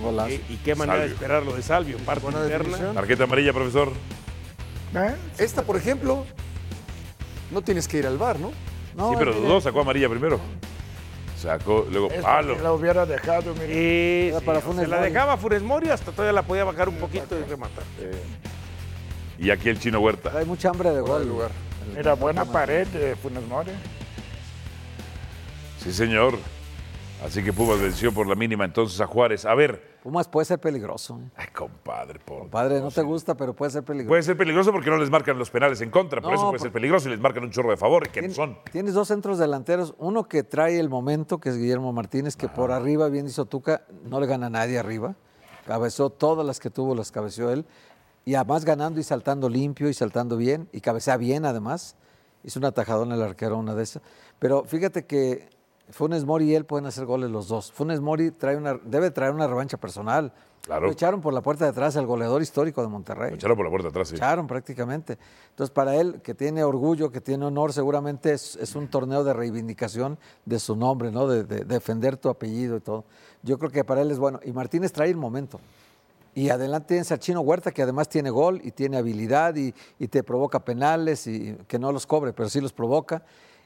[SPEAKER 5] Golazo.
[SPEAKER 6] Y, y qué manera de
[SPEAKER 2] Salvio.
[SPEAKER 6] esperar lo de Salvio. Parte
[SPEAKER 3] Buena
[SPEAKER 6] interna.
[SPEAKER 3] definición.
[SPEAKER 2] Tarjeta amarilla, profesor.
[SPEAKER 4] ¿Eh?
[SPEAKER 3] Esta, por ejemplo, no tienes que ir al bar, ¿no?
[SPEAKER 5] No, eh,
[SPEAKER 2] sí, pero
[SPEAKER 5] mire,
[SPEAKER 2] dudó, sacó amarilla primero. Sacó, luego
[SPEAKER 4] Es
[SPEAKER 2] palo.
[SPEAKER 4] porque La hubiera dejado, mira.
[SPEAKER 6] Sí,
[SPEAKER 5] Era
[SPEAKER 6] sí,
[SPEAKER 5] para
[SPEAKER 6] o sea,
[SPEAKER 5] Funes
[SPEAKER 6] la
[SPEAKER 5] Mori.
[SPEAKER 6] dejaba Funes Mori hasta todavía la podía bajar un poquito y rematar.
[SPEAKER 2] Y aquí el chino Huerta.
[SPEAKER 5] Hay mucha hambre de
[SPEAKER 3] Fuera de
[SPEAKER 5] gol.
[SPEAKER 3] lugar.
[SPEAKER 4] Era buena pared de Funes Mori.
[SPEAKER 2] Sí, señor. Así que Pumas venció por la mínima entonces a Juárez. A ver.
[SPEAKER 5] Pumas puede ser peligroso. ¿eh?
[SPEAKER 2] Ay, compadre, por-
[SPEAKER 5] Padre, no te gusta, pero puede ser peligroso.
[SPEAKER 2] Puede ser peligroso porque no les marcan los penales en contra. Por
[SPEAKER 5] No,
[SPEAKER 2] eso puede
[SPEAKER 5] por-
[SPEAKER 2] ser peligroso y les marcan un chorro de favor, que no
[SPEAKER 5] Tien-
[SPEAKER 2] son.
[SPEAKER 5] Tienes dos centros delanteros, uno que trae el momento, que es Guillermo Martínez, que por arriba, bien hizo Tuca, no le gana nadie arriba. Cabezó todas las que tuvo, las cabeció él. Y además ganando y saltando limpio y saltando bien y cabecea bien además. Hizo un atajadón el arquero una de esas. Pero fíjate que Funes Mori y él pueden hacer goles los dos. Funes Mori trae una, debe traer una revancha personal.
[SPEAKER 2] Claro.
[SPEAKER 5] Lo echaron por la puerta de atrás al goleador histórico de Monterrey.
[SPEAKER 2] Lo echaron por la puerta de atrás, sí.
[SPEAKER 5] Echaron prácticamente. Entonces, para él, que tiene orgullo, que tiene honor, seguramente es, es un torneo de reivindicación de su nombre, ¿no? De, de defender tu apellido y todo. Yo creo que para él es bueno. Y Martínez trae el momento. Y adelante tienes a Chino Huerta, que además tiene gol y tiene habilidad y, y te provoca penales, y que no los cobre, pero sí los provoca.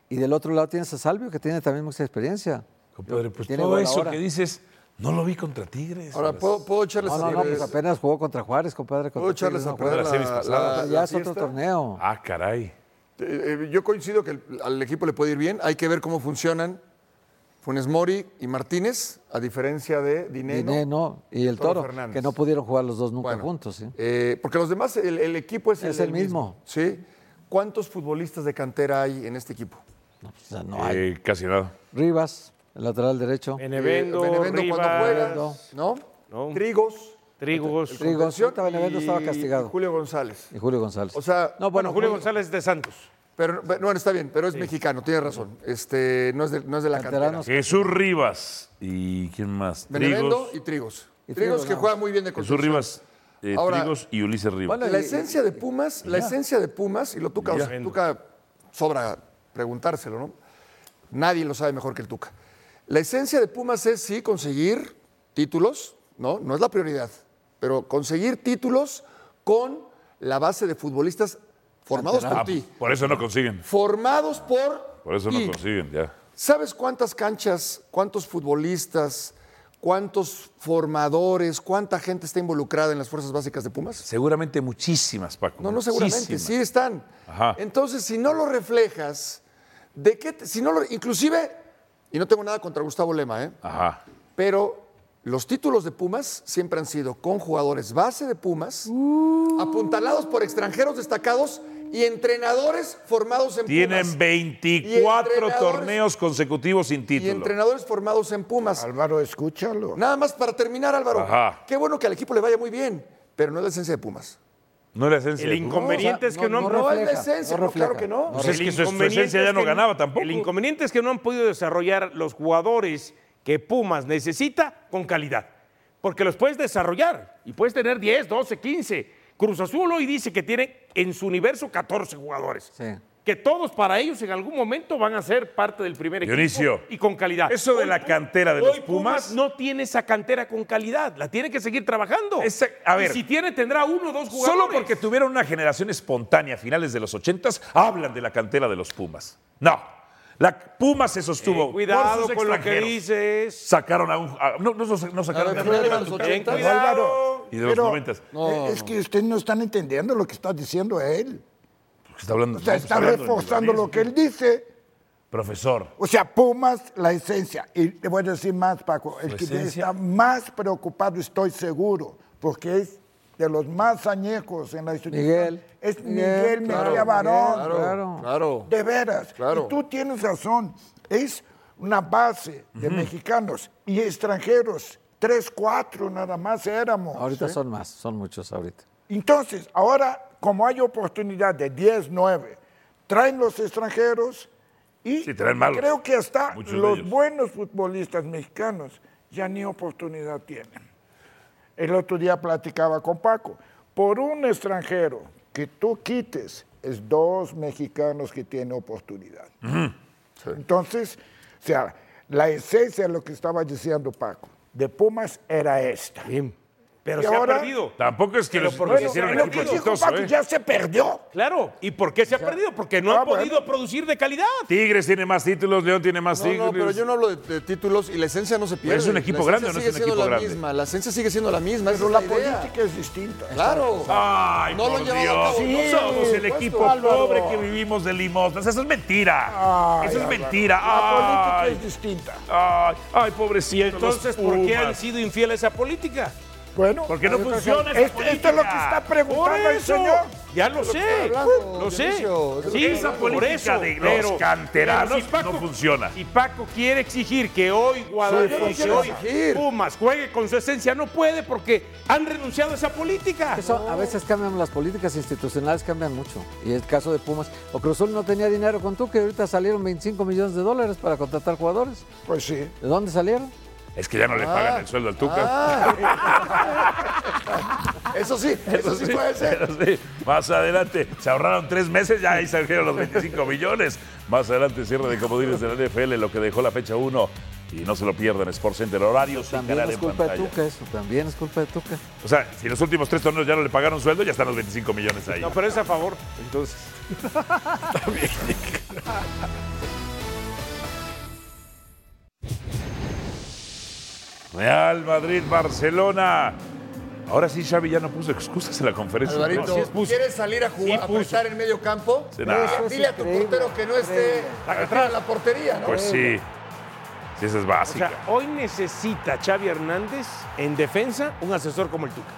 [SPEAKER 5] Y del otro lado tienes a Salvio, que tiene también mucha experiencia.
[SPEAKER 2] Compadre, pues
[SPEAKER 5] Tiene
[SPEAKER 2] todo
[SPEAKER 5] gol
[SPEAKER 2] eso
[SPEAKER 5] ahora.
[SPEAKER 2] que dices, no lo vi contra Tigres.
[SPEAKER 3] Ahora, ¿puedo, puedo Eh, echarles
[SPEAKER 5] No, no,
[SPEAKER 3] a
[SPEAKER 5] no, pues apenas jugó contra Juárez, compadre.
[SPEAKER 3] puedo
[SPEAKER 5] Contra
[SPEAKER 3] echarles
[SPEAKER 5] Tigres,
[SPEAKER 3] a
[SPEAKER 5] no juega.
[SPEAKER 3] perder
[SPEAKER 2] las series
[SPEAKER 3] la,
[SPEAKER 2] pasadas.
[SPEAKER 3] la-
[SPEAKER 5] Ya
[SPEAKER 3] la
[SPEAKER 5] es otro
[SPEAKER 3] fiesta.
[SPEAKER 5] torneo.
[SPEAKER 2] Ah, caray.
[SPEAKER 3] Eh, eh, yo coincido que el- al equipo le puede ir bien. Hay que ver cómo funcionan Funes Mori y Martínez, a diferencia de Dineno.
[SPEAKER 5] Dineno y el Toro,
[SPEAKER 3] Fernández.
[SPEAKER 5] que no pudieron jugar los dos nunca
[SPEAKER 3] Bueno,
[SPEAKER 5] juntos. ¿sí?
[SPEAKER 3] eh, porque los demás, el, el equipo es,
[SPEAKER 5] Es el mismo.
[SPEAKER 3] ¿sí? ¿Cuántos futbolistas de cantera hay en este equipo?
[SPEAKER 5] No, pues, o sea, no hay.
[SPEAKER 2] Eh, casi nada.
[SPEAKER 5] Rivas, el lateral derecho.
[SPEAKER 6] Benevendo,
[SPEAKER 3] Eh,
[SPEAKER 6] Rivas,
[SPEAKER 3] cuando juega, ¿no?
[SPEAKER 6] No.
[SPEAKER 3] Trigos.
[SPEAKER 6] Trigos.
[SPEAKER 5] Trigos,
[SPEAKER 3] contención
[SPEAKER 5] ahorita Benevendo estaba castigado.
[SPEAKER 3] y Julio González.
[SPEAKER 5] y Julio González.
[SPEAKER 3] O sea,
[SPEAKER 5] no,
[SPEAKER 6] Bueno, Julio
[SPEAKER 5] Jul-
[SPEAKER 6] González de Santos.
[SPEAKER 3] Pero, pero- bueno, está bien, pero es mexicano, tiene razón. Este, no, es de, no es de la cantera.
[SPEAKER 5] Canteranos.
[SPEAKER 2] Jesús Rivas. ¿Y quién más?
[SPEAKER 3] Benevendo
[SPEAKER 2] Trigos.
[SPEAKER 3] y Trigos.
[SPEAKER 5] Y
[SPEAKER 3] Trigos
[SPEAKER 5] Trigos,
[SPEAKER 3] que
[SPEAKER 5] no.
[SPEAKER 3] juega muy bien de
[SPEAKER 2] Jesús
[SPEAKER 3] contención.
[SPEAKER 2] Rivas, eh,
[SPEAKER 3] Ahora-
[SPEAKER 2] Trigos y Ulises Rivas.
[SPEAKER 5] Bueno,
[SPEAKER 3] La
[SPEAKER 5] y-
[SPEAKER 3] esencia de Pumas, la esencia de Pumas, y lo Tuca,
[SPEAKER 2] Ya.
[SPEAKER 3] Tuca sobra preguntárselo, ¿no? Nadie lo sabe mejor que el Tuca. La esencia de Pumas es sí conseguir títulos, ¿no? No es la prioridad, pero conseguir títulos con la base de futbolistas formados por
[SPEAKER 2] Ah,
[SPEAKER 3] ti.
[SPEAKER 2] por eso no consiguen.
[SPEAKER 3] Formados por.
[SPEAKER 2] Por eso
[SPEAKER 3] ti.
[SPEAKER 2] no consiguen, ya.
[SPEAKER 3] ¿Sabes cuántas canchas, cuántos futbolistas, cuántos formadores, cuánta gente está involucrada en las fuerzas básicas de Pumas?
[SPEAKER 2] Seguramente muchísimas, Paco.
[SPEAKER 3] No, no, seguramente, sí están.
[SPEAKER 2] Ajá.
[SPEAKER 3] Entonces, si no lo reflejas, ¿de qué? te- si no lo- inclusive, y no tengo nada contra Gustavo Lema, ¿eh?
[SPEAKER 2] Ajá.
[SPEAKER 3] pero los títulos de Pumas siempre han sido con jugadores base de Pumas, apuntalados por extranjeros destacados y entrenadores formados en
[SPEAKER 2] Tienen
[SPEAKER 3] Pumas.
[SPEAKER 2] 24
[SPEAKER 3] entrenadores-
[SPEAKER 2] torneos consecutivos sin
[SPEAKER 3] Y
[SPEAKER 2] título.
[SPEAKER 3] entrenadores formados en Pumas.
[SPEAKER 4] Álvaro, escúchalo.
[SPEAKER 3] Nada más para terminar, Álvaro.
[SPEAKER 2] Ajá.
[SPEAKER 3] Qué bueno que al equipo le vaya muy bien, pero no es la esencia de Pumas.
[SPEAKER 2] No es la esencia.
[SPEAKER 6] El
[SPEAKER 2] de Pumas.
[SPEAKER 6] inconveniente es que no, han
[SPEAKER 3] no es la
[SPEAKER 5] refleja,
[SPEAKER 3] esencia, no, claro que no.
[SPEAKER 2] Pues es
[SPEAKER 6] El
[SPEAKER 2] que su
[SPEAKER 6] inconveniente
[SPEAKER 2] esencia ya
[SPEAKER 6] es
[SPEAKER 2] no
[SPEAKER 6] que
[SPEAKER 2] ganaba tampoco.
[SPEAKER 6] El inconveniente es que no han podido desarrollar los jugadores que Pumas necesita con calidad. Porque los puedes desarrollar y puedes tener 10, 12, 15. Cruz Azul hoy dice que tiene en su universo 14 jugadores.
[SPEAKER 5] Sí.
[SPEAKER 6] Que todos para ellos en algún momento van a ser parte del primer equipo.
[SPEAKER 2] Dionisio,
[SPEAKER 6] Y con calidad.
[SPEAKER 2] eso de la
[SPEAKER 6] Pu-
[SPEAKER 2] cantera de
[SPEAKER 6] hoy
[SPEAKER 2] los Pumas-
[SPEAKER 6] Pumas. no tiene esa cantera con calidad. La tiene que seguir trabajando.
[SPEAKER 2] Esa- a ver.
[SPEAKER 6] Y si tiene, tendrá uno o dos jugadores.
[SPEAKER 2] Solo porque tuvieron una generación espontánea a finales de los 80 hablan de la cantera de los Pumas. No. La Pumas se sostuvo.
[SPEAKER 6] Eh, cuidado
[SPEAKER 2] por sus
[SPEAKER 6] con lo que
[SPEAKER 2] extranjeros.
[SPEAKER 6] dices.
[SPEAKER 2] Sacaron a un. a- no, no, no sacaron
[SPEAKER 3] A ver,
[SPEAKER 2] a nadie.
[SPEAKER 3] de los
[SPEAKER 6] Ten
[SPEAKER 3] 80.
[SPEAKER 6] cuidado.
[SPEAKER 2] Y de los
[SPEAKER 4] Pero,
[SPEAKER 2] 90.
[SPEAKER 4] eh, Es que ustedes no están entendiendo lo que está diciendo él.
[SPEAKER 2] Está hablando.
[SPEAKER 4] O sea,
[SPEAKER 2] está
[SPEAKER 4] está
[SPEAKER 2] hablando
[SPEAKER 4] reforzando
[SPEAKER 2] de
[SPEAKER 4] lo que él dice.
[SPEAKER 2] Profesor.
[SPEAKER 4] O sea, Pumas, la esencia. Y te voy a decir más, Paco. El que
[SPEAKER 2] esencia.
[SPEAKER 4] está más preocupado, estoy seguro, porque es de los más añejos en la institución.
[SPEAKER 5] Miguel.
[SPEAKER 4] Es Miguel,
[SPEAKER 5] claro,
[SPEAKER 4] Mejía Barón.
[SPEAKER 5] Miguel, claro.
[SPEAKER 3] Claro.
[SPEAKER 4] De veras.
[SPEAKER 3] Claro.
[SPEAKER 4] Y tú tienes razón. Es una base de mexicanos y extranjeros. Tres, cuatro nada más éramos.
[SPEAKER 5] Ahorita
[SPEAKER 4] ¿eh?
[SPEAKER 5] son más, son muchos ahorita.
[SPEAKER 4] Entonces, ahora, como hay oportunidad de 10, 9, traen los extranjeros y
[SPEAKER 2] Sí, traen malos.
[SPEAKER 4] creo que hasta
[SPEAKER 2] Muchos de
[SPEAKER 4] los
[SPEAKER 2] ellos.
[SPEAKER 4] buenos futbolistas mexicanos ya ni oportunidad tienen. El otro día platicaba con Paco. Por un extranjero que tú quites, es dos mexicanos que tienen oportunidad. Entonces, o sea, la esencia de lo que estaba diciendo Paco de Pumas era esta.
[SPEAKER 6] Pero
[SPEAKER 4] Y
[SPEAKER 6] se
[SPEAKER 4] ahora-
[SPEAKER 6] ha perdido.
[SPEAKER 2] Tampoco es que los
[SPEAKER 6] por
[SPEAKER 2] Pumas
[SPEAKER 6] qué no
[SPEAKER 2] hicieron
[SPEAKER 6] se
[SPEAKER 2] un
[SPEAKER 6] ganó?
[SPEAKER 2] equipo
[SPEAKER 6] ¿Qué dijo
[SPEAKER 2] exitoso,
[SPEAKER 4] Paco
[SPEAKER 2] ¿eh?
[SPEAKER 4] ya se perdió.
[SPEAKER 6] Claro. ¿Y por qué se ha perdido? Porque no
[SPEAKER 4] ah,
[SPEAKER 6] ha podido producir de calidad.
[SPEAKER 2] Tigres tiene más títulos, León tiene más
[SPEAKER 3] No,
[SPEAKER 2] títulos.
[SPEAKER 3] no, pero yo no hablo de, de títulos y la esencia no se pierde.
[SPEAKER 2] un equipo
[SPEAKER 3] La
[SPEAKER 2] grande o
[SPEAKER 3] esencia
[SPEAKER 2] no es
[SPEAKER 3] sigue
[SPEAKER 2] un
[SPEAKER 3] siendo
[SPEAKER 2] equipo
[SPEAKER 3] la
[SPEAKER 2] grande?
[SPEAKER 3] misma, la esencia sigue siendo la misma. esa
[SPEAKER 4] Pero
[SPEAKER 3] es
[SPEAKER 4] la
[SPEAKER 3] la idea.
[SPEAKER 4] política es distinta.
[SPEAKER 3] Claro.
[SPEAKER 2] Ay,
[SPEAKER 3] No lo
[SPEAKER 2] por
[SPEAKER 3] han
[SPEAKER 2] Dios.
[SPEAKER 3] llevado a cabo,
[SPEAKER 2] Sí,
[SPEAKER 3] ¿no?
[SPEAKER 2] Somos el
[SPEAKER 4] supuesto,
[SPEAKER 2] equipo
[SPEAKER 4] Álvaro.
[SPEAKER 2] pobre que vivimos de limosnas. Eso es mentira.
[SPEAKER 4] Ay,
[SPEAKER 2] Eso es
[SPEAKER 4] Álvaro.
[SPEAKER 2] mentira.
[SPEAKER 4] La
[SPEAKER 2] Ay,
[SPEAKER 4] política es distinta.
[SPEAKER 2] ay, ay,
[SPEAKER 6] Y
[SPEAKER 2] pobrecito.
[SPEAKER 6] entonces,
[SPEAKER 2] los
[SPEAKER 6] ¿por qué han
[SPEAKER 2] Pumas.
[SPEAKER 6] sido infieles a esa política?
[SPEAKER 4] Bueno,
[SPEAKER 2] Porque no
[SPEAKER 4] yo creo que-
[SPEAKER 2] funciona esa
[SPEAKER 4] Esto, esto es lo que
[SPEAKER 2] política.
[SPEAKER 4] está
[SPEAKER 2] Por
[SPEAKER 4] preguntando el
[SPEAKER 2] eso.
[SPEAKER 4] señor.
[SPEAKER 6] Ya lo sé,
[SPEAKER 4] hablando,
[SPEAKER 6] lo sé.
[SPEAKER 4] Dionisio, es de lo
[SPEAKER 6] Sí,
[SPEAKER 4] que
[SPEAKER 2] Esa
[SPEAKER 4] hablando.
[SPEAKER 6] por
[SPEAKER 2] política
[SPEAKER 6] eso,
[SPEAKER 2] de los
[SPEAKER 6] pero-
[SPEAKER 2] canteranos
[SPEAKER 6] pero si Paco-
[SPEAKER 2] no funciona.
[SPEAKER 6] Si Paco quiere exigir que hoy Guadalupe,
[SPEAKER 4] Sí,
[SPEAKER 6] que hoy
[SPEAKER 4] exigir.
[SPEAKER 6] Pumas juegue con su esencia, no puede porque han renunciado a esa política.
[SPEAKER 5] Eso, a veces cambian las políticas institucionales, cambian mucho. Y el caso de Pumas, o Cruzul no tenía dinero con tú, que ahorita salieron 25 millones de dólares para contratar jugadores.
[SPEAKER 4] Pues sí.
[SPEAKER 5] ¿De dónde salieron?
[SPEAKER 2] Es que ya no le
[SPEAKER 3] Ah.
[SPEAKER 2] pagan el sueldo al Tuca.
[SPEAKER 3] Eso sí, eso sí puede ser.
[SPEAKER 2] Pero sí, más adelante, se ahorraron tres meses, ya ahí salieron los 25 millones. Más adelante, cierre de comodines de la NFL, lo que dejó la fecha 1. Y no se lo pierdan, Sports Center, horario sin
[SPEAKER 5] También
[SPEAKER 2] canal
[SPEAKER 5] es
[SPEAKER 2] en
[SPEAKER 5] culpa de
[SPEAKER 2] pantalla.
[SPEAKER 5] Tuca eso, también es culpa de Tuca.
[SPEAKER 2] O sea, si los últimos tres torneos ya no le pagaron sueldo, ya están los 25 millones ahí.
[SPEAKER 6] No, pero es a favor, entonces.
[SPEAKER 2] Real Madrid, Barcelona. Ahora sí, Xavi ya no puso excusas en la conferencia.
[SPEAKER 3] Alvarito,
[SPEAKER 2] No, sí, puso.
[SPEAKER 3] ¿quieres salir a jugar, a apretar en medio campo?
[SPEAKER 2] Sí, nah. Eso
[SPEAKER 5] es
[SPEAKER 3] Dile a tu
[SPEAKER 5] increíble,
[SPEAKER 3] portero que no esté atrás de la portería, ¿no?
[SPEAKER 2] Pues sí. Sí, esa es
[SPEAKER 6] O
[SPEAKER 2] básica.
[SPEAKER 6] sea, hoy necesita Xavi Hernández en defensa un asesor como el Tuca.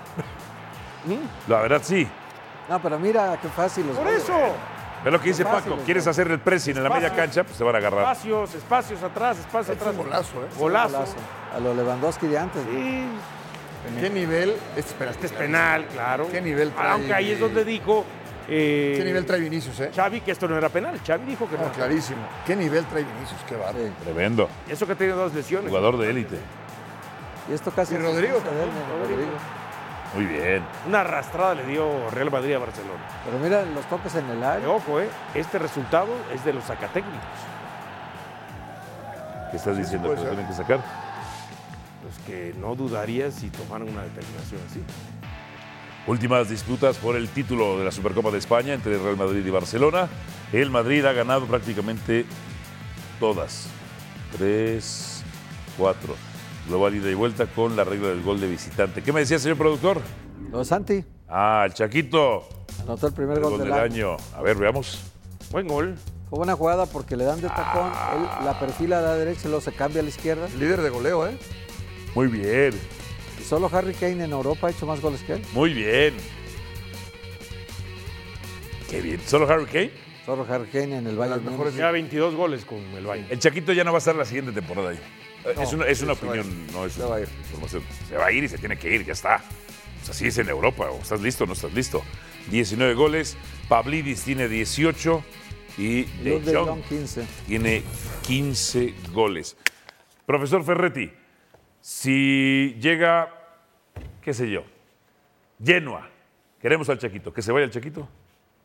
[SPEAKER 2] la verdad, sí.
[SPEAKER 5] No, pero mira qué fácil los
[SPEAKER 6] Por
[SPEAKER 5] goles.
[SPEAKER 6] eso,
[SPEAKER 2] Ve lo que dice
[SPEAKER 5] Fácil,
[SPEAKER 2] Paco.
[SPEAKER 5] ¿no?
[SPEAKER 2] ¿Quieres hacer el pressing en la media
[SPEAKER 6] Espacios.
[SPEAKER 2] cancha? Pues se van a agarrar.
[SPEAKER 6] espacios, espacios atrás, espacios atrás.
[SPEAKER 3] golazo, ¿eh?
[SPEAKER 6] Golazo.
[SPEAKER 5] Golazo. A lo Lewandowski de antes. ¿no?
[SPEAKER 6] Sí,
[SPEAKER 3] ¿Qué nivel? Este, espérate,
[SPEAKER 6] este es
[SPEAKER 3] claro.
[SPEAKER 6] penal, claro.
[SPEAKER 3] ¿Qué nivel trae?
[SPEAKER 6] Aunque ahí es donde dijo eh,
[SPEAKER 3] ¿Qué nivel trae Vinicius, eh?
[SPEAKER 6] Xavi que esto no era penal. Xavi dijo que no.
[SPEAKER 3] No, clarísimo. ¿Qué nivel trae Vinicius? Qué bárbaro.
[SPEAKER 5] Sí.
[SPEAKER 2] Tremendo.
[SPEAKER 6] Eso que tiene dos lesiones.
[SPEAKER 2] Jugador de élite.
[SPEAKER 5] Y esto casi.
[SPEAKER 3] Y
[SPEAKER 5] es
[SPEAKER 3] Rodrigo
[SPEAKER 5] excusa de él, mira, Rodrigo.
[SPEAKER 2] Muy bien.
[SPEAKER 6] Una arrastrada le dio Real Madrid a Barcelona.
[SPEAKER 5] Pero mira los toques en el
[SPEAKER 6] Eh,
[SPEAKER 5] área.
[SPEAKER 6] Ojo, eh, este resultado es de los sacatécnicos.
[SPEAKER 2] ¿Qué estás diciendo? ¿Que
[SPEAKER 3] puede
[SPEAKER 2] lo tienen
[SPEAKER 3] ser.
[SPEAKER 2] que sacar?
[SPEAKER 6] Pues que no dudaría si tomaran una determinación así.
[SPEAKER 2] Últimas disputas por el título de la Supercopa de España entre Real Madrid y Barcelona. El Madrid ha ganado prácticamente todas. Tres, cuatro. Global ida y vuelta con la regla del gol de visitante. ¿Qué me decía, señor productor?
[SPEAKER 5] Los Santi
[SPEAKER 2] Ah, el Chaquito.
[SPEAKER 5] anotó el primer
[SPEAKER 2] El
[SPEAKER 5] gol, del año.
[SPEAKER 2] A ver, veamos.
[SPEAKER 6] Buen gol.
[SPEAKER 5] Fue buena jugada porque le dan de tacón, él la perfila a la derecha y luego se cambia a la izquierda.
[SPEAKER 3] Líder de goleo, ¿eh?
[SPEAKER 2] Muy bien,
[SPEAKER 5] Y solo Harry Kane en Europa ha hecho más goles que él.
[SPEAKER 2] muy bien. Qué bien. ¿Solo Harry Kane?
[SPEAKER 5] Solo Harry Kane en el Bayern. Múnich.
[SPEAKER 6] Ya 22 goles con el Bayern.
[SPEAKER 2] El Chaquito ya no va a estar la siguiente temporada ahí. Eh, es una, es una opinión, no es
[SPEAKER 3] Se va a ir.
[SPEAKER 2] información. Se va a ir y se tiene que ir, ya está. O sea, así es en Europa. O estás listo o no estás listo. 19 goles. Pablidis tiene 18 y
[SPEAKER 5] Y
[SPEAKER 2] De
[SPEAKER 5] los de Jong
[SPEAKER 2] Jong
[SPEAKER 5] 15.
[SPEAKER 2] tiene 15 goles. Profesor Ferretti, si llega, qué sé yo, Genoa, queremos al Chaquito, que se vaya al Chaquito,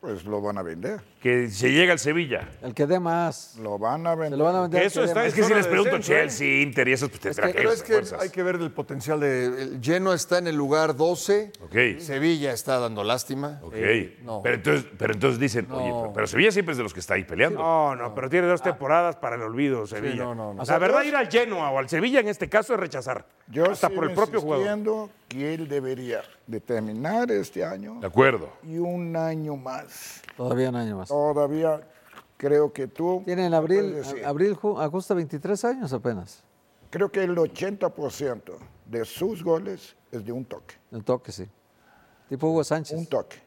[SPEAKER 4] Pues lo van a vender.
[SPEAKER 2] que se llega al Sevilla.
[SPEAKER 5] El que dé más.
[SPEAKER 4] Lo van a
[SPEAKER 5] Se
[SPEAKER 4] vender.
[SPEAKER 5] lo van a vender. al que
[SPEAKER 6] Eso
[SPEAKER 5] dé
[SPEAKER 6] está-
[SPEAKER 5] más.
[SPEAKER 2] Es que si
[SPEAKER 6] zona
[SPEAKER 2] les
[SPEAKER 6] de
[SPEAKER 2] pregunto
[SPEAKER 6] descenso, ¿eh?
[SPEAKER 2] Chelsea, Inter y esos, pues tendrá que,
[SPEAKER 3] Pero
[SPEAKER 2] ir,
[SPEAKER 3] es que
[SPEAKER 2] fuerzas.
[SPEAKER 3] hay que ver el potencial de. el Genoa está en el lugar 12.
[SPEAKER 2] Ok.
[SPEAKER 3] Sevilla está dando lástima. Eh,
[SPEAKER 2] Ok.
[SPEAKER 3] no.
[SPEAKER 2] pero, entonces, pero entonces dicen, oye, pero, pero Sevilla siempre es de los que está ahí peleando.
[SPEAKER 6] No, no, pero tiene
[SPEAKER 5] Ah.
[SPEAKER 6] dos temporadas para el olvido, Sevilla.
[SPEAKER 3] no, no, no.
[SPEAKER 6] La verdad, ir al Genoa o al Sevilla en este caso es rechazar.
[SPEAKER 4] Yo
[SPEAKER 6] hasta
[SPEAKER 4] sigo
[SPEAKER 6] por el propio jugador.
[SPEAKER 4] insistiendo que él debería de terminar este año
[SPEAKER 2] De acuerdo.
[SPEAKER 4] y un año más.
[SPEAKER 5] Todavía un año más.
[SPEAKER 4] Todavía creo que tú...
[SPEAKER 5] Tiene en
[SPEAKER 4] me
[SPEAKER 5] abril,
[SPEAKER 4] puedes decir.
[SPEAKER 5] abril, ju- agosto 23 años apenas.
[SPEAKER 4] Creo que el 80% de sus goles es de un toque.
[SPEAKER 5] Un toque, sí. Tipo Hugo
[SPEAKER 4] Un
[SPEAKER 5] Sánchez.
[SPEAKER 4] toque.